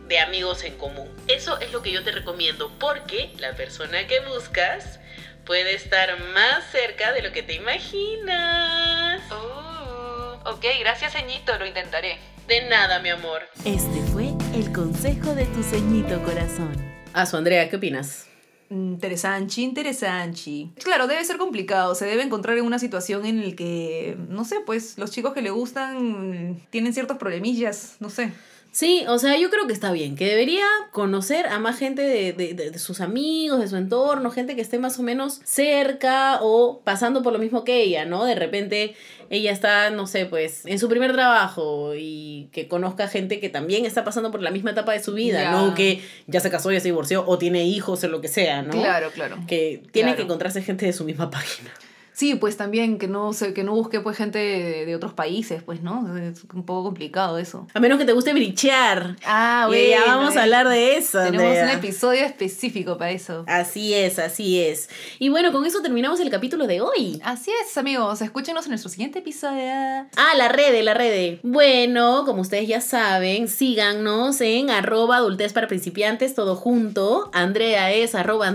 E: de amigos en común. Eso es lo que yo te recomiendo porque la persona que buscas puede estar más cerca de lo que te imaginas.
D: Oh, ok, gracias, Ceñito, lo intentaré.
E: De nada, mi amor.
C: Este fue el consejo de tu ceñito corazón.
B: A su Andrea, ¿qué opinas?
A: Interesanchi, interesanchi. Claro, debe ser complicado. Se debe encontrar en una situación en la que, no sé, pues los chicos que le gustan mm, tienen ciertos problemillas, no sé.
B: Sí, o sea, yo creo que está bien, que debería conocer a más gente de, de- de- de sus amigos, de su entorno, gente que esté más o menos cerca o pasando por lo mismo que ella, ¿no? De repente ella está, no sé, pues en su primer trabajo y que conozca gente que también está pasando por la misma etapa de su vida,
A: Ya.
B: ¿no? Que ya se casó, ya se divorció o tiene hijos o lo que sea, ¿no?
A: Claro, claro.
B: Que tiene
A: Claro.
B: que encontrarse gente de su misma página.
A: Sí, pues también que no sé, que no busque pues gente de, de otros países, pues, ¿no? Es un poco complicado eso.
B: A menos que te guste brichear.
A: Ah,
B: y ya vamos a hablar de eso.
A: Tenemos un
B: Andrea.
A: episodio específico para eso.
B: Así es, así es. Y bueno, con eso terminamos el capítulo de hoy.
A: Así es, amigos. Escúchenos en nuestro siguiente episodio.
B: Ah, la red, la red. Bueno, como ustedes ya saben, síganos en arroba adultez para principiantes, todo junto. Andrea es arroba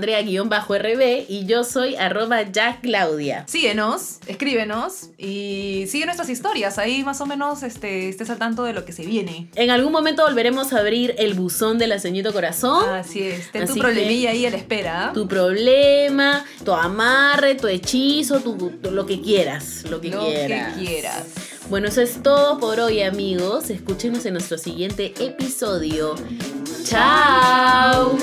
B: andrea-rb y yo soy arroba ya Claudia.
A: Síguenos, escríbenos y sigue nuestras historias. Ahí más o menos este, estés al tanto de lo que se viene.
B: En algún momento volveremos a abrir el buzón de la señorita corazón.
A: Así es. Ten
B: Ah,
A: tu
B: Así
A: problemilla ahí a la espera. ¿ah?
B: Tu problema, tu amarre, tu hechizo, tu, tu- lo que quieras, lo que
A: lo
B: quieras.
A: que quieras.
B: Bueno, eso es todo por hoy, amigos. Escúchenos en nuestro siguiente episodio. ¡Chao!